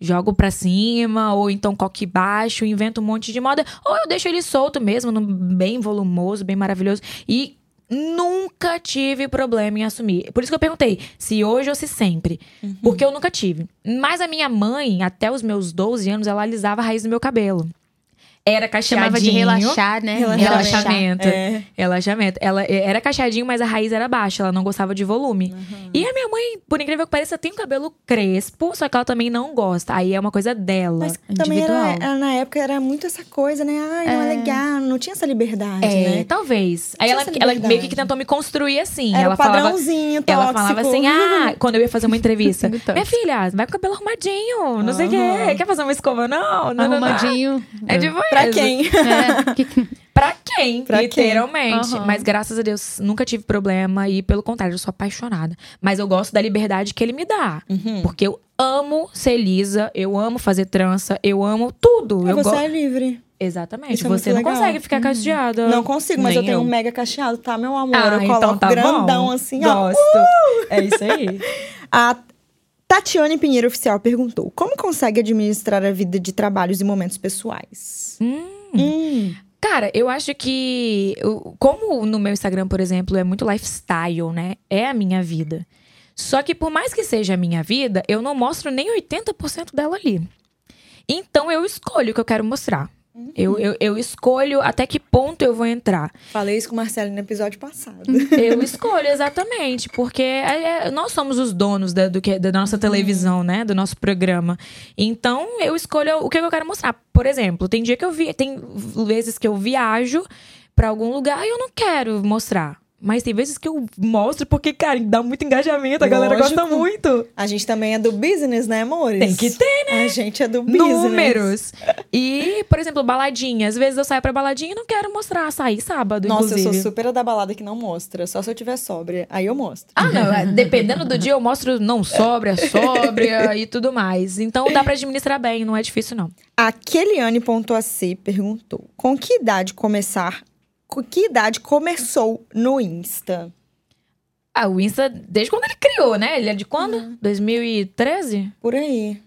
Speaker 3: Jogo pra cima, ou então coque baixo, invento um monte de moda. Ou eu deixo ele solto mesmo, num- bem volumoso, bem maravilhoso. E nunca tive problema em assumir. Por isso que eu perguntei, se hoje ou se sempre.
Speaker 2: Uhum.
Speaker 3: Porque eu nunca tive. Mas a minha mãe, até os meus 12 anos, ela alisava a raiz do meu cabelo. Era cacheadinho.
Speaker 2: Chamava de relaxar, né?
Speaker 3: Relaxamento.
Speaker 1: É.
Speaker 3: Relaxamento. Ela eh, era cacheadinho, mas a raiz era baixa. Ela não gostava de volume.
Speaker 1: Uhum.
Speaker 3: E a minha mãe, por incrível que pareça, tem um cabelo crespo, só que ela também não gosta. Aí é uma coisa dela,
Speaker 1: Mas também
Speaker 3: individual.
Speaker 1: era, era- na época era muito essa coisa, né? Ai, não é, legal, não tinha essa liberdade,
Speaker 3: É,
Speaker 1: né?
Speaker 3: talvez. Aí
Speaker 1: Tinha
Speaker 3: ela,
Speaker 1: essa
Speaker 3: ela
Speaker 1: liberdade.
Speaker 3: meio que tentou me construir assim.
Speaker 1: Era
Speaker 3: ela
Speaker 1: o
Speaker 3: falava,
Speaker 1: padrãozinho tóxico.
Speaker 3: ela falava assim: ah, quando eu ia fazer uma entrevista,
Speaker 2: Muito
Speaker 1: É,
Speaker 3: minha filha, vai com o cabelo arrumadinho, não sei o
Speaker 1: Aham.
Speaker 3: quê. Quer fazer uma escova? Não, não, não, não.
Speaker 2: Arrumadinho.
Speaker 3: É tipo
Speaker 1: Pra
Speaker 3: isso.
Speaker 1: quem?
Speaker 2: É, que-
Speaker 3: Pra quem?
Speaker 1: Pra quem?
Speaker 3: literalmente.
Speaker 2: Aham.
Speaker 3: Mas graças a Deus, nunca tive problema. E pelo contrário, eu sou apaixonada. Mas eu gosto da liberdade que ele me dá.
Speaker 1: Hum.
Speaker 3: Porque eu amo ser lisa, eu amo fazer trança, eu amo tudo. Eu
Speaker 1: você
Speaker 3: go-
Speaker 1: é livre. Isso
Speaker 3: Exatamente.
Speaker 1: é
Speaker 3: você
Speaker 1: muito
Speaker 3: não
Speaker 1: legal.
Speaker 3: consegue ficar cacheada.
Speaker 1: Não consigo, mas
Speaker 3: Nem
Speaker 1: eu tenho
Speaker 3: eu.
Speaker 1: um mega cacheado, tá, meu amor?
Speaker 3: Ah,
Speaker 1: eu coloco
Speaker 3: então tá bom.
Speaker 1: grandão assim, ó.
Speaker 3: Gosto. É isso aí.
Speaker 1: A Tatiane Pinheiro Oficial perguntou: Como consegue administrar a vida de trabalhos e momentos pessoais? Hum.
Speaker 3: Cara, eu acho que. eu- Como no meu Instagram, por exemplo, é muito lifestyle, né? É a minha vida. Só que por mais que seja a minha vida, eu não mostro nem 80% dela ali. Então eu escolho o que eu quero mostrar. Eu, eu, eu escolho até que ponto eu vou entrar.
Speaker 1: Falei isso com o Marcelo no episódio passado.
Speaker 3: Eu escolho, exatamente, porque é, é, nós somos os donos da, do que, da
Speaker 1: Uhum.
Speaker 3: nossa televisão, né? Do nosso programa. Então, eu escolho o que eu quero mostrar. Por exemplo, tem dia que eu vi, tem vezes que eu viajo pra algum lugar e eu não quero mostrar. Mas tem vezes que eu mostro porque, cara, dá muito engajamento, a galera gosta
Speaker 1: Lógico.
Speaker 3: muito.
Speaker 1: A gente também é do business, né, amores?
Speaker 3: Tem que
Speaker 1: ter, né? A gente é do business.
Speaker 3: Números. E, por exemplo, baladinha. Às vezes eu saio pra baladinha e não quero mostrar sair sábado,
Speaker 1: Nossa,
Speaker 3: inclusive.
Speaker 1: eu sou super a da balada que não mostra. Só se eu tiver sóbria. Aí eu mostro.
Speaker 3: Ah, não. é, Dependendo do dia, eu mostro não sóbria, sóbria e tudo mais. Então dá pra administrar bem, não é difícil, não.
Speaker 1: A Keliane.ac perguntou: com que idade começar? Com que idade começou no Insta?
Speaker 3: Ah, o Insta, desde quando ele criou, né? Ele é de quando? 2013?
Speaker 1: Por aí.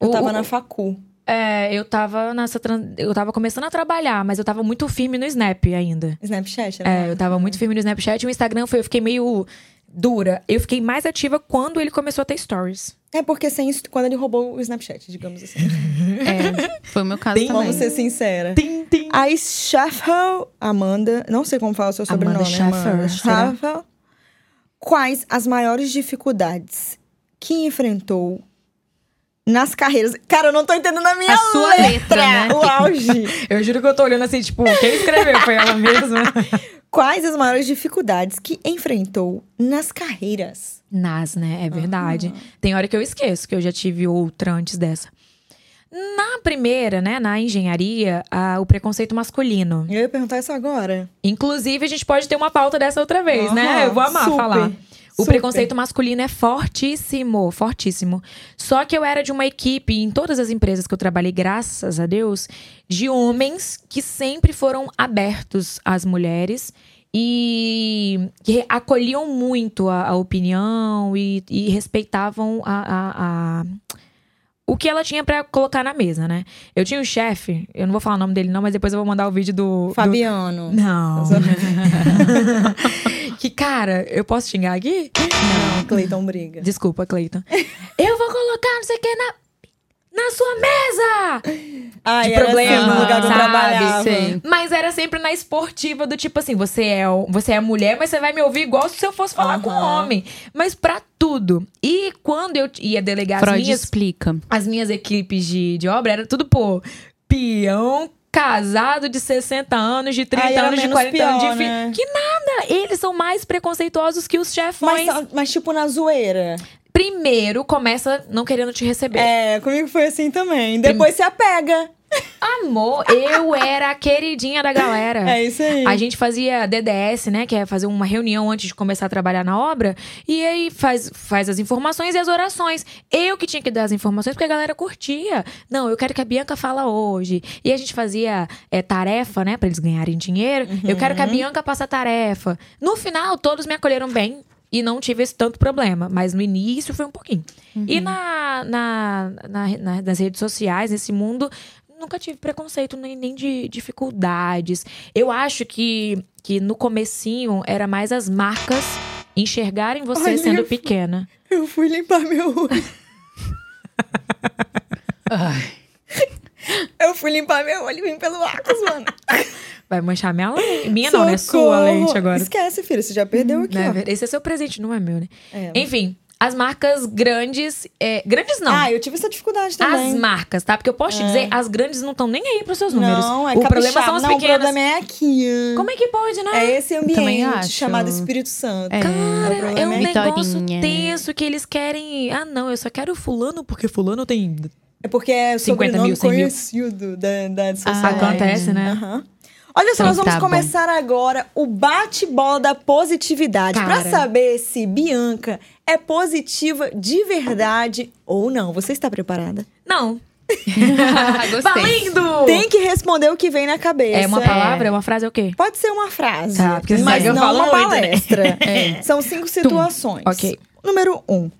Speaker 1: Uhum. Eu
Speaker 3: O-
Speaker 1: tava
Speaker 3: o-
Speaker 1: na facu.
Speaker 3: É, eu tava nessa. tran- Eu tava começando a trabalhar, mas eu tava muito firme no Snap ainda.
Speaker 1: Snapchat, né?
Speaker 3: É, eu tava muito firme no Snapchat. O Instagram foi, eu fiquei meio dura. Eu fiquei mais ativa quando ele começou a ter stories.
Speaker 1: É, porque sem isso, quando ele roubou o Snapchat, digamos assim.
Speaker 2: é, Foi o meu caso
Speaker 1: Tem-
Speaker 2: também.
Speaker 1: Vamos ser sincera.
Speaker 3: Tim, tim.
Speaker 1: A Schaffel, Amanda, não sei como fala o seu
Speaker 3: Amanda
Speaker 1: sobrenome, né, Amanda
Speaker 3: Schaffer, será?
Speaker 1: Schaffel. Quais as maiores dificuldades que enfrentou nas carreiras? Cara, eu não tô entendendo a minha
Speaker 2: A sua letra, né?
Speaker 1: O auge.
Speaker 3: Eu juro que eu tô olhando assim, tipo, quem escreveu? Foi ela mesma?
Speaker 1: Quais as maiores dificuldades que enfrentou nas carreiras?
Speaker 3: Nas, né? É verdade. Tem hora que eu esqueço, que eu já tive outra antes dessa. Na primeira, né, na engenharia, ah, o preconceito masculino.
Speaker 1: Eu ia perguntar isso agora.
Speaker 3: Inclusive, a gente pode ter uma pauta dessa outra vez,
Speaker 1: Aham,
Speaker 3: né? Eu vou amar
Speaker 1: super,
Speaker 3: falar. O
Speaker 1: super.
Speaker 3: preconceito masculino é fortíssimo, fortíssimo. Só que eu era de uma equipe, em todas as empresas que eu trabalhei, graças a Deus, de homens que sempre foram abertos às mulheres e que acolhiam muito a, a opinião e, e respeitavam a- a- a o que ela tinha pra colocar na mesa, né? Eu tinha um chefe, eu não vou falar o nome dele não, mas depois eu vou mandar o vídeo do... do-
Speaker 1: Fabiano.
Speaker 3: não. que cara, eu posso xingar aqui?
Speaker 1: Não, Cleiton briga.
Speaker 3: Desculpa, Cleiton. eu vou colocar não sei o que na, na sua mesa!
Speaker 1: Ai,
Speaker 3: de
Speaker 1: era
Speaker 3: problema,
Speaker 1: assim, no lugar que eu
Speaker 3: sabe?
Speaker 1: trabalhava.
Speaker 2: Sim.
Speaker 3: Mas era sempre na esportiva do tipo assim, você é, o- você é mulher, mas você vai me ouvir igual se eu fosse falar com um
Speaker 1: Aham.
Speaker 3: homem. Mas pra tudo. E quando eu ia delegar as
Speaker 2: Freud
Speaker 3: minhas
Speaker 2: explica.
Speaker 3: as minhas equipes de, de obra era tudo, pô, peão casado de 60 anos, de 30
Speaker 1: Aí era
Speaker 3: anos, de
Speaker 1: menos
Speaker 3: 40 anos, de
Speaker 1: pior,
Speaker 3: fi-
Speaker 1: né?
Speaker 3: Que nada! Eles são mais preconceituosos que os chefões.
Speaker 1: Mas, mas tipo na zoeira.
Speaker 3: Primeiro, começa não querendo te receber.
Speaker 1: É, comigo foi assim também. Depois se apega.
Speaker 3: Amor, eu era a queridinha da galera.
Speaker 1: É isso aí.
Speaker 3: A gente fazia DDS, né? Que é fazer uma reunião antes de começar a trabalhar na obra. E aí faz, faz as informações e as orações. Eu que tinha que dar as informações, porque a galera curtia. Não, eu quero que a Bianca fala hoje. E a gente fazia é, tarefa, né? Pra eles ganharem dinheiro. Eu quero que
Speaker 1: Uhum.
Speaker 3: a Bianca passe a tarefa. No final, todos me acolheram bem. E não tive esse tanto problema. Mas no início foi um pouquinho.
Speaker 1: Uhum.
Speaker 3: E na, na, na- na- nas redes sociais, nesse mundo, nunca tive preconceito nem, nem de dificuldades. Eu acho que, que no comecinho era mais as marcas enxergarem você
Speaker 1: Olha,
Speaker 3: sendo
Speaker 1: eu-
Speaker 3: pequena.
Speaker 1: Eu fui limpar meu olho. Eu fui limpar meu olho e vim pelo Acos, mano.
Speaker 3: Vai manchar minha lente. Minha não, né? Sua
Speaker 1: Socorro.
Speaker 3: lente agora.
Speaker 1: Esquece, filho. Você já perdeu aqui,
Speaker 3: Não, é
Speaker 1: ó.
Speaker 3: verdade. Esse é seu presente, não é meu, né?
Speaker 1: É.
Speaker 3: Enfim, as marcas grandes. é, grandes não.
Speaker 1: Ah, eu tive essa dificuldade
Speaker 3: as
Speaker 1: também. É.
Speaker 3: marcas, tá? Porque eu posso te dizer, as grandes não estão nem aí pros seus números.
Speaker 1: Não, é
Speaker 3: o problema
Speaker 1: capixaba.
Speaker 3: são as
Speaker 1: Não, o
Speaker 3: pequenas.
Speaker 1: problema é aqui. ó.
Speaker 3: Como é que pode, né?
Speaker 1: É esse
Speaker 2: Também
Speaker 1: ambiente
Speaker 2: acho.
Speaker 1: chamado Espírito Santo.
Speaker 2: É.
Speaker 1: o
Speaker 3: Cara, é
Speaker 1: problema
Speaker 3: um
Speaker 1: é
Speaker 2: que-
Speaker 3: negócio
Speaker 2: Vitorinha.
Speaker 3: tenso que eles querem. Ah, não, eu só quero fulano porque fulano tem.
Speaker 1: É porque é
Speaker 3: 50
Speaker 1: sobrenome
Speaker 3: mil, Ah, 100 mil.
Speaker 1: conhecido da, da sociedade.
Speaker 3: Acontece, né?
Speaker 1: Aham. Olha só,
Speaker 2: Então
Speaker 1: nós vamos
Speaker 2: tá bom.
Speaker 1: começar agora o bate-bola da positividade. Pra
Speaker 3: Cara.
Speaker 1: saber se Bianca é positiva de verdade ou não. Você está preparada?
Speaker 3: Não.
Speaker 2: Gostei.
Speaker 3: Valendo!
Speaker 1: Tem que responder o que vem na cabeça.
Speaker 3: É uma palavra? É uma frase? É o quê?
Speaker 1: Pode ser uma frase,
Speaker 3: Tá, porque você
Speaker 1: mas
Speaker 3: sabe que eu
Speaker 1: não
Speaker 3: falo
Speaker 1: uma
Speaker 3: muito, né?
Speaker 1: palestra. São cinco situações.
Speaker 3: Ok.
Speaker 1: Número um.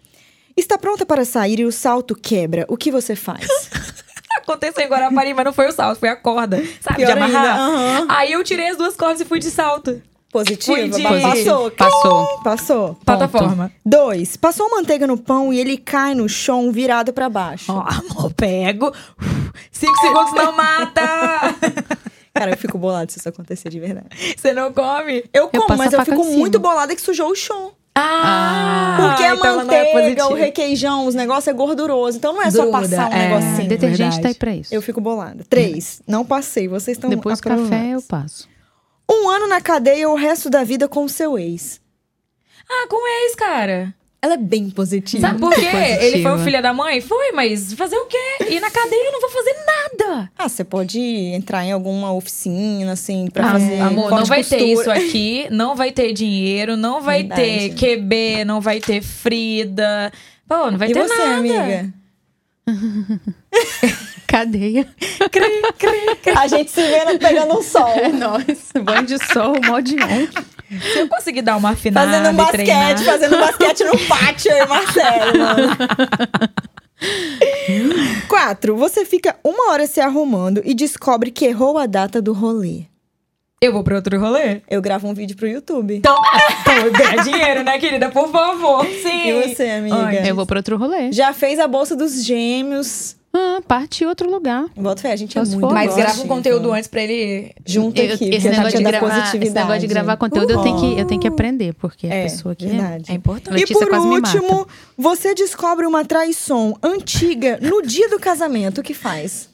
Speaker 1: Está pronta para sair e o salto quebra. O que você faz?
Speaker 3: Aconteceu em Guarapari, mas não foi o salto, foi a corda. Sabe,
Speaker 1: Pior
Speaker 3: de amarrar.
Speaker 1: ainda, aham.
Speaker 3: Aí eu tirei as duas cordas e fui de salto. Fui
Speaker 1: Positiva?
Speaker 3: de-
Speaker 1: Ba- Passou.
Speaker 2: Passou.
Speaker 1: Passou.
Speaker 3: Plataforma.
Speaker 1: Dois, passou manteiga no pão e ele cai no chão virado pra baixo.
Speaker 3: Ó, amor, pego. uf, Cinco segundos não mata!
Speaker 1: Cara, eu fico bolada se isso acontecer de verdade.
Speaker 3: Você não come?
Speaker 1: Eu como,
Speaker 2: passo a
Speaker 1: mas eu
Speaker 2: faca
Speaker 1: fico
Speaker 2: em cima.
Speaker 1: muito bolada que sujou o chão.
Speaker 3: Ah!
Speaker 1: Porque a
Speaker 3: então ela não é
Speaker 1: manteiga, o
Speaker 3: positiva.
Speaker 1: requeijão, os negócios é gorduroso. Então não é só
Speaker 3: Gruda,
Speaker 1: passar um
Speaker 3: é.
Speaker 1: negocinho.
Speaker 3: Deve-
Speaker 2: Detergente
Speaker 3: verdade.
Speaker 2: tá aí pra isso.
Speaker 1: Eu um fico bolada. Três. Não passei. Vocês estão
Speaker 2: Depois do
Speaker 1: aprovados.
Speaker 2: café eu passo.
Speaker 1: Um ano na cadeia ou o resto da vida com o seu ex.
Speaker 3: Ah, com o ex, cara.
Speaker 1: Ela é bem positiva.
Speaker 3: Sabe por quê?
Speaker 2: positiva.
Speaker 3: Ele foi o filho da mãe? Foi, mas fazer o quê? E na cadeia eu não vou fazer nada.
Speaker 1: Ah, você pode entrar em alguma oficina, assim, pra
Speaker 3: É,
Speaker 2: Ah,
Speaker 1: fazer.
Speaker 3: Amor,
Speaker 1: corte
Speaker 3: não
Speaker 1: e
Speaker 3: vai ter
Speaker 1: costura.
Speaker 3: isso aqui, não vai ter dinheiro, não vai
Speaker 1: Verdade.
Speaker 3: ter QB, não vai ter Frida. Pô, não vai
Speaker 1: e
Speaker 3: ter
Speaker 1: você,
Speaker 3: nada.
Speaker 1: amiga?
Speaker 2: Cadeia.
Speaker 1: A gente se vê na- pegando um sol.
Speaker 2: Nós. Banho de sol, mó de on.
Speaker 3: Se eu conseguir dar uma afinada
Speaker 1: Fazendo um
Speaker 3: e
Speaker 1: basquete,
Speaker 3: treinar...
Speaker 1: fazendo um basquete no pátio, eu e Marcelo. mano. Quatro, você fica uma hora se arrumando e descobre que errou a data do rolê.
Speaker 3: Eu vou pra outro rolê?
Speaker 1: Eu gravo um vídeo pro YouTube.
Speaker 3: Então, pô, ganhar dinheiro, né, querida? Por favor. Sim.
Speaker 1: E você, amiga?
Speaker 3: Olha,
Speaker 2: Eu vou pra outro rolê.
Speaker 1: Já fez a bolsa dos gêmeos.
Speaker 2: Ah, parte outro lugar.
Speaker 1: Bota fé, a gente é
Speaker 2: Mas
Speaker 1: muito
Speaker 3: Mas
Speaker 2: Eu
Speaker 3: grava
Speaker 1: gosta,
Speaker 3: um conteúdo
Speaker 1: então.
Speaker 3: antes pra ele.
Speaker 1: Junto
Speaker 2: Eu-
Speaker 1: aqui, porque
Speaker 2: esse,
Speaker 1: a
Speaker 2: negócio
Speaker 1: gente é
Speaker 2: de
Speaker 1: da
Speaker 2: gravar, esse
Speaker 1: positividade.
Speaker 2: negócio de gravar conteúdo eu, tenho que, eu tenho que aprender, porque a
Speaker 1: É,
Speaker 2: pessoa que
Speaker 1: verdade.
Speaker 3: É importante.
Speaker 1: E
Speaker 2: Letícia
Speaker 1: por
Speaker 2: quase me mata.
Speaker 1: último, você descobre uma traição antiga no dia do casamento. O que faz?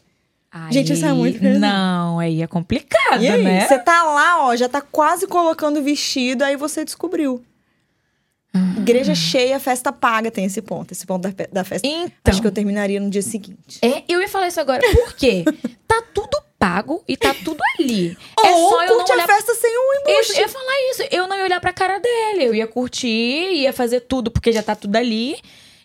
Speaker 1: Gente, isso é muito
Speaker 3: Aí-
Speaker 1: pesado.
Speaker 3: Não, aí é complicado,
Speaker 1: E aí,
Speaker 3: né?
Speaker 1: você tá lá, ó, já tá quase colocando o vestido, aí você descobriu.
Speaker 3: Ah.
Speaker 1: Igreja cheia, festa paga, tem esse ponto. Esse ponto da, fe- da festa.
Speaker 3: Então,
Speaker 1: Acho que eu terminaria no dia seguinte.
Speaker 3: é, eu ia falar isso agora. Por quê? tá tudo pago e tá tudo ali. é
Speaker 1: Ou
Speaker 3: só eu não
Speaker 1: curte
Speaker 3: olhar
Speaker 1: a festa sem o
Speaker 3: Eu, eu ia falar isso. Eu não ia olhar pra cara dele. Eu ia curtir, ia fazer tudo, porque já tá tudo ali.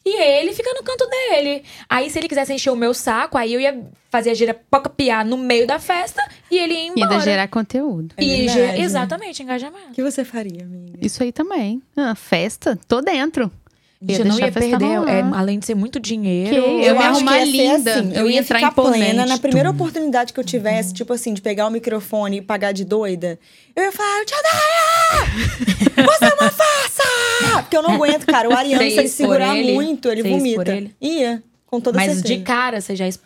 Speaker 3: E ele fica no canto dele. Aí, se ele quisesse encher o meu saco, aí eu ia fazer a gira piar no meio da festa e ele ia
Speaker 2: E
Speaker 3: embora.
Speaker 2: ainda gerar conteúdo.
Speaker 1: É
Speaker 3: E
Speaker 1: verdade,
Speaker 3: ge-
Speaker 1: né?
Speaker 3: Exatamente, engajamento.
Speaker 1: O que você faria, amiga?
Speaker 2: Isso aí também. Ah, festa, tô dentro.
Speaker 3: Gente, eu não
Speaker 2: deixar
Speaker 3: ia
Speaker 2: a festa
Speaker 3: perder,
Speaker 2: rolar.
Speaker 3: é, além de ser muito dinheiro.
Speaker 2: Que Eu me
Speaker 1: acho
Speaker 2: arrumar
Speaker 1: que ia ser
Speaker 2: linda,
Speaker 1: assim,
Speaker 2: eu ia entrar
Speaker 1: ficar
Speaker 2: em pole
Speaker 1: plena. Na
Speaker 2: match,
Speaker 1: primeira
Speaker 2: tum.
Speaker 1: oportunidade que eu tivesse, tipo assim, de pegar o microfone e pagar de doida, eu ia falar, eu te odeio! Você é uma farsa! Porque eu não aguento, cara. O Ariano,
Speaker 3: Você
Speaker 1: se ele
Speaker 3: expor
Speaker 1: segurar
Speaker 3: ele?
Speaker 1: muito, ele
Speaker 3: Você expor
Speaker 1: vomita.
Speaker 3: ele?
Speaker 1: Ia, com toda
Speaker 3: Mas
Speaker 1: certeza.
Speaker 3: de cara, você já. es-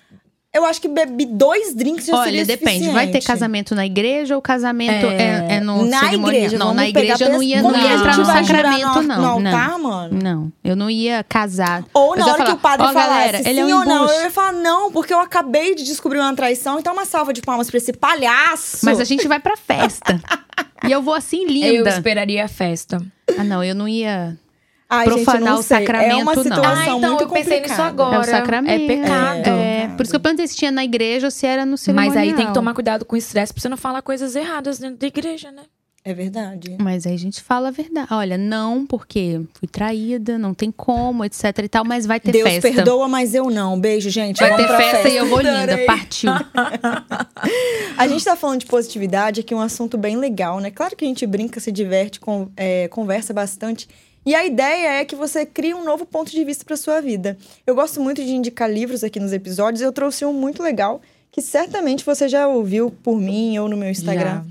Speaker 1: Eu acho que bebi dois drinks já seria
Speaker 2: Olha, depende. Vai ter
Speaker 1: suficiente.
Speaker 2: casamento na igreja ou casamento é, é no
Speaker 1: na
Speaker 2: cerimonial?
Speaker 1: igreja,
Speaker 2: não,
Speaker 1: vamos
Speaker 2: na
Speaker 1: pegar
Speaker 2: igreja eu não
Speaker 1: pes-
Speaker 2: ia,
Speaker 1: Como
Speaker 2: não
Speaker 1: que
Speaker 2: ia
Speaker 1: a gente
Speaker 2: entrar no
Speaker 1: vai tá? jurar
Speaker 2: sacramento,
Speaker 1: no,
Speaker 2: não.
Speaker 1: No
Speaker 2: Não,
Speaker 1: altar, mano?
Speaker 2: não, eu não ia casar.
Speaker 1: Ou
Speaker 2: Mas
Speaker 1: na
Speaker 2: eu
Speaker 1: hora
Speaker 2: ia
Speaker 1: que o padre
Speaker 2: "Ó,
Speaker 1: falasse
Speaker 2: galera, ele é
Speaker 1: sim
Speaker 2: um
Speaker 1: ou não,
Speaker 2: embuste."
Speaker 1: eu ia falar não, porque eu acabei de descobrir uma traição, então uma salva de palmas pra esse palhaço.
Speaker 2: Mas a gente vai pra festa. e eu vou assim,
Speaker 3: Eu
Speaker 2: linda.
Speaker 3: esperaria a festa.
Speaker 2: Ah, não, eu não ia.
Speaker 1: Ai,
Speaker 2: profanar
Speaker 1: gente, eu não
Speaker 2: o
Speaker 1: sei.
Speaker 2: sacramento,
Speaker 1: é uma
Speaker 2: não.
Speaker 1: situação
Speaker 3: Ah, então
Speaker 1: muito
Speaker 3: eu pensei nisso
Speaker 1: complicada.
Speaker 3: agora.
Speaker 2: é o sacramento.
Speaker 3: É pecado.
Speaker 2: É,
Speaker 1: pecado.
Speaker 2: por isso que eu perguntei se tinha na igreja ou se era no cerimonial.
Speaker 3: Mas aí tem que tomar cuidado com o estresse pra você não falar coisas erradas dentro da igreja, né?
Speaker 1: É verdade.
Speaker 2: Mas aí a gente fala a verdade. Olha, não, porque fui traída, não tem como, etc e tal, mas vai ter
Speaker 1: Deus
Speaker 2: festa.
Speaker 1: perdoa, mas eu não. Beijo, gente.
Speaker 2: Vai
Speaker 1: Vamos
Speaker 2: ter
Speaker 1: pra
Speaker 2: festa, e eu vou linda.
Speaker 3: Adorei.
Speaker 2: Partiu.
Speaker 1: A gente tá falando de positividade, aqui é um assunto bem legal, né? Claro que a gente brinca, se diverte, con- é, conversa bastante. E a ideia é que você crie um novo ponto de vista para sua vida. Eu gosto muito de indicar livros aqui nos episódios. Eu trouxe um muito legal que certamente você já ouviu por mim ou no meu Instagram,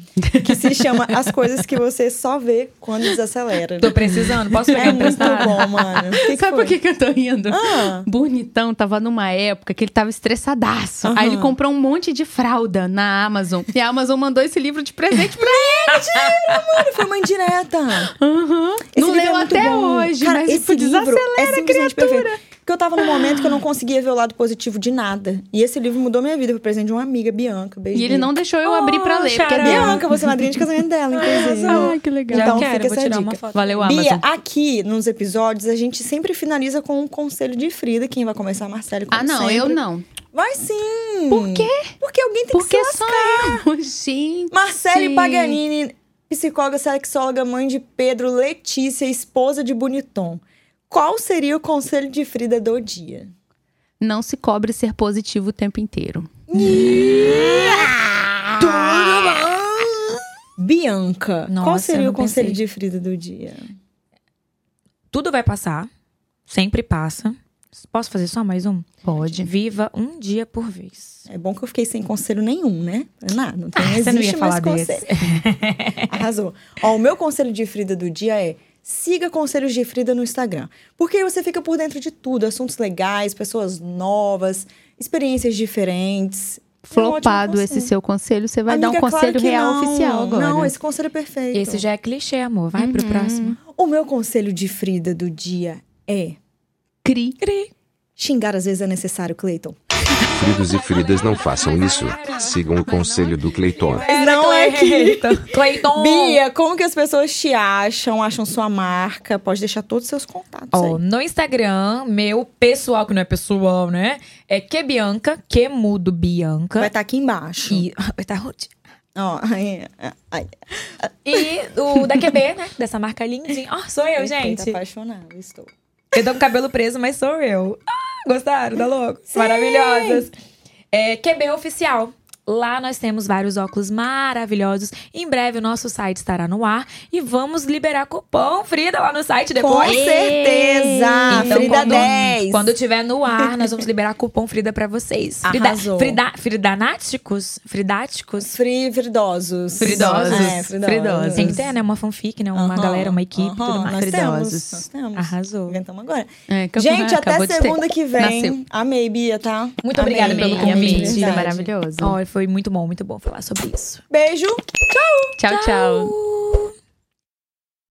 Speaker 1: que se chama As coisas que você só vê quando desacelera.
Speaker 3: Tô precisando. Posso pegar
Speaker 1: É
Speaker 3: um
Speaker 1: muito
Speaker 3: emprestado?
Speaker 1: bom, mano. Que que
Speaker 2: Sabe
Speaker 1: foi?
Speaker 2: por que, que eu tô rindo?
Speaker 1: Ah,
Speaker 2: Bonitão tava numa época que ele tava estressadaço.
Speaker 1: Aham.
Speaker 2: Aí ele comprou um monte de fralda na Amazon. E a Amazon mandou esse livro de presente pra ele.
Speaker 1: mano, foi uma indireta.
Speaker 2: Uhum.
Speaker 1: Esse livro
Speaker 2: Não
Speaker 1: é
Speaker 2: leu
Speaker 1: muito
Speaker 2: até
Speaker 1: bom.
Speaker 2: hoje,
Speaker 1: Cara,
Speaker 2: mas
Speaker 1: esse
Speaker 2: tipo,
Speaker 1: livro
Speaker 2: desacelera. Ah.
Speaker 1: é simplesmente perfeito. Porque eu tava num momento que eu não conseguia ver o lado positivo de nada. E esse livro mudou minha vida. Foi presente de uma amiga, Bianca. Beijo.
Speaker 2: E ele não deixou eu abrir pra
Speaker 3: Oh,
Speaker 2: ler, porque é
Speaker 3: xará.
Speaker 2: dela.
Speaker 1: Bianca, você é madrinha de casamento dela,
Speaker 2: Ah,
Speaker 1: inclusive.
Speaker 2: Ai, que legal.
Speaker 3: Já
Speaker 1: Então
Speaker 3: quero,
Speaker 1: fica
Speaker 3: vou
Speaker 1: essa
Speaker 3: tirar
Speaker 1: dica.
Speaker 3: uma foto.
Speaker 2: Valeu, Amazon.
Speaker 1: Bia, aqui nos episódios a gente sempre finaliza com um conselho de Frida. Quem vai começar, Marcelo? como
Speaker 2: Ah, não,
Speaker 1: sempre.
Speaker 2: eu não.
Speaker 1: Vai sim!
Speaker 2: Por quê?
Speaker 1: Porque alguém tem que
Speaker 2: Porque é
Speaker 1: ser.
Speaker 2: só eu, gente.
Speaker 1: Marcele Paganini, psicóloga, sexóloga, mãe de Pedro, Letícia, esposa de Boniton. Qual seria o conselho de Frida do dia?
Speaker 2: Não se cobre ser positivo o tempo inteiro.
Speaker 3: Ah.
Speaker 1: Bianca, qual
Speaker 3: Nossa,
Speaker 1: seria
Speaker 3: eu
Speaker 1: o
Speaker 3: não
Speaker 1: conselho
Speaker 3: pensei.
Speaker 1: de Frida do dia?
Speaker 3: Tudo vai passar. Sempre passa. Posso fazer só mais um?
Speaker 2: Pode.
Speaker 3: Viva um dia por vez.
Speaker 1: É bom que eu fiquei sem conselho nenhum, né? Nada, não, tem, não
Speaker 3: Ah, você
Speaker 1: existe
Speaker 3: não ia falar
Speaker 1: mais conselho. Arrasou. Ó, o meu conselho de Frida do dia é siga Conselhos de Frida no Instagram. Porque aí você fica por dentro de tudo, assuntos legais, pessoas novas, experiências diferentes. É um ótimo
Speaker 2: Flopado esse
Speaker 1: conselho.
Speaker 2: seu conselho, você vai dar um
Speaker 1: Amiga, claro
Speaker 2: conselho
Speaker 1: que
Speaker 2: real
Speaker 1: não.
Speaker 2: oficial agora.
Speaker 1: Não, esse conselho é perfeito.
Speaker 3: Esse já é clichê, amor. Vai pro próximo.
Speaker 1: O meu conselho de Frida do dia é...
Speaker 2: Cri.
Speaker 3: Cri.
Speaker 1: Xingar às vezes é necessário, Cleiton.
Speaker 4: Fridos e Fridas não façam isso. Sigam o conselho do Cleiton.
Speaker 1: Mas não é que...
Speaker 3: Cleiton.
Speaker 1: Bia, como que as pessoas te acham, acham sua marca? Pode deixar todos os seus contatos
Speaker 3: Ó,
Speaker 1: aí.
Speaker 3: no Instagram, meu pessoal, que não é pessoal, né? É que Bianca, que mudo Bianca.
Speaker 1: Vai estar aqui embaixo.
Speaker 3: E, vai tá rude.
Speaker 1: Ó, ai, ai,
Speaker 3: E o da QB, né? Dessa marca lindinha. Ó, sou eu,
Speaker 1: perfeita,
Speaker 3: gente.
Speaker 1: apaixonada, tá estou.
Speaker 3: Eu tô com o cabelo preso, mas sou eu. Ah, gostaram? Tá louco? Maravilhosas. É, QB Oficial. Lá nós temos vários óculos maravilhosos. Em breve o nosso site estará no ar. E vamos liberar cupom, Frida, lá no site depois.
Speaker 1: Com certeza!
Speaker 3: Então,
Speaker 1: Frida
Speaker 3: quando,
Speaker 1: 10.
Speaker 3: Quando tiver no ar, nós vamos liberar cupom Frida pra vocês. Frida,
Speaker 1: Arrasou.
Speaker 3: Frida, Fridanáticos? Fridáticos?
Speaker 1: Fri fridosos.
Speaker 3: Fridosos.
Speaker 1: É, fridosos.
Speaker 2: Fridosos.
Speaker 3: Tem que ter, né? Uma fanfic, né? Uma
Speaker 1: Aham,
Speaker 3: galera, uma equipe, tudo
Speaker 1: aham.
Speaker 3: mais.
Speaker 1: Nós
Speaker 2: Fridosos.
Speaker 1: temos, nós temos.
Speaker 3: Arrasou.
Speaker 1: Inventamos agora.
Speaker 2: É, que eu-
Speaker 1: Gente, até
Speaker 2: acabou de ter.
Speaker 1: segunda que vem. Tá
Speaker 2: Nasceu.
Speaker 1: Amei, Bia, tá?
Speaker 3: Muito obrigada
Speaker 2: Amei,
Speaker 3: pelo
Speaker 2: amei,
Speaker 3: convite.
Speaker 2: Frida,
Speaker 1: Verdade.
Speaker 2: maravilhoso.
Speaker 3: Olha, foi muito bom, muito bom falar sobre isso.
Speaker 1: Beijo.
Speaker 2: tchau. tchau.
Speaker 3: Tchau.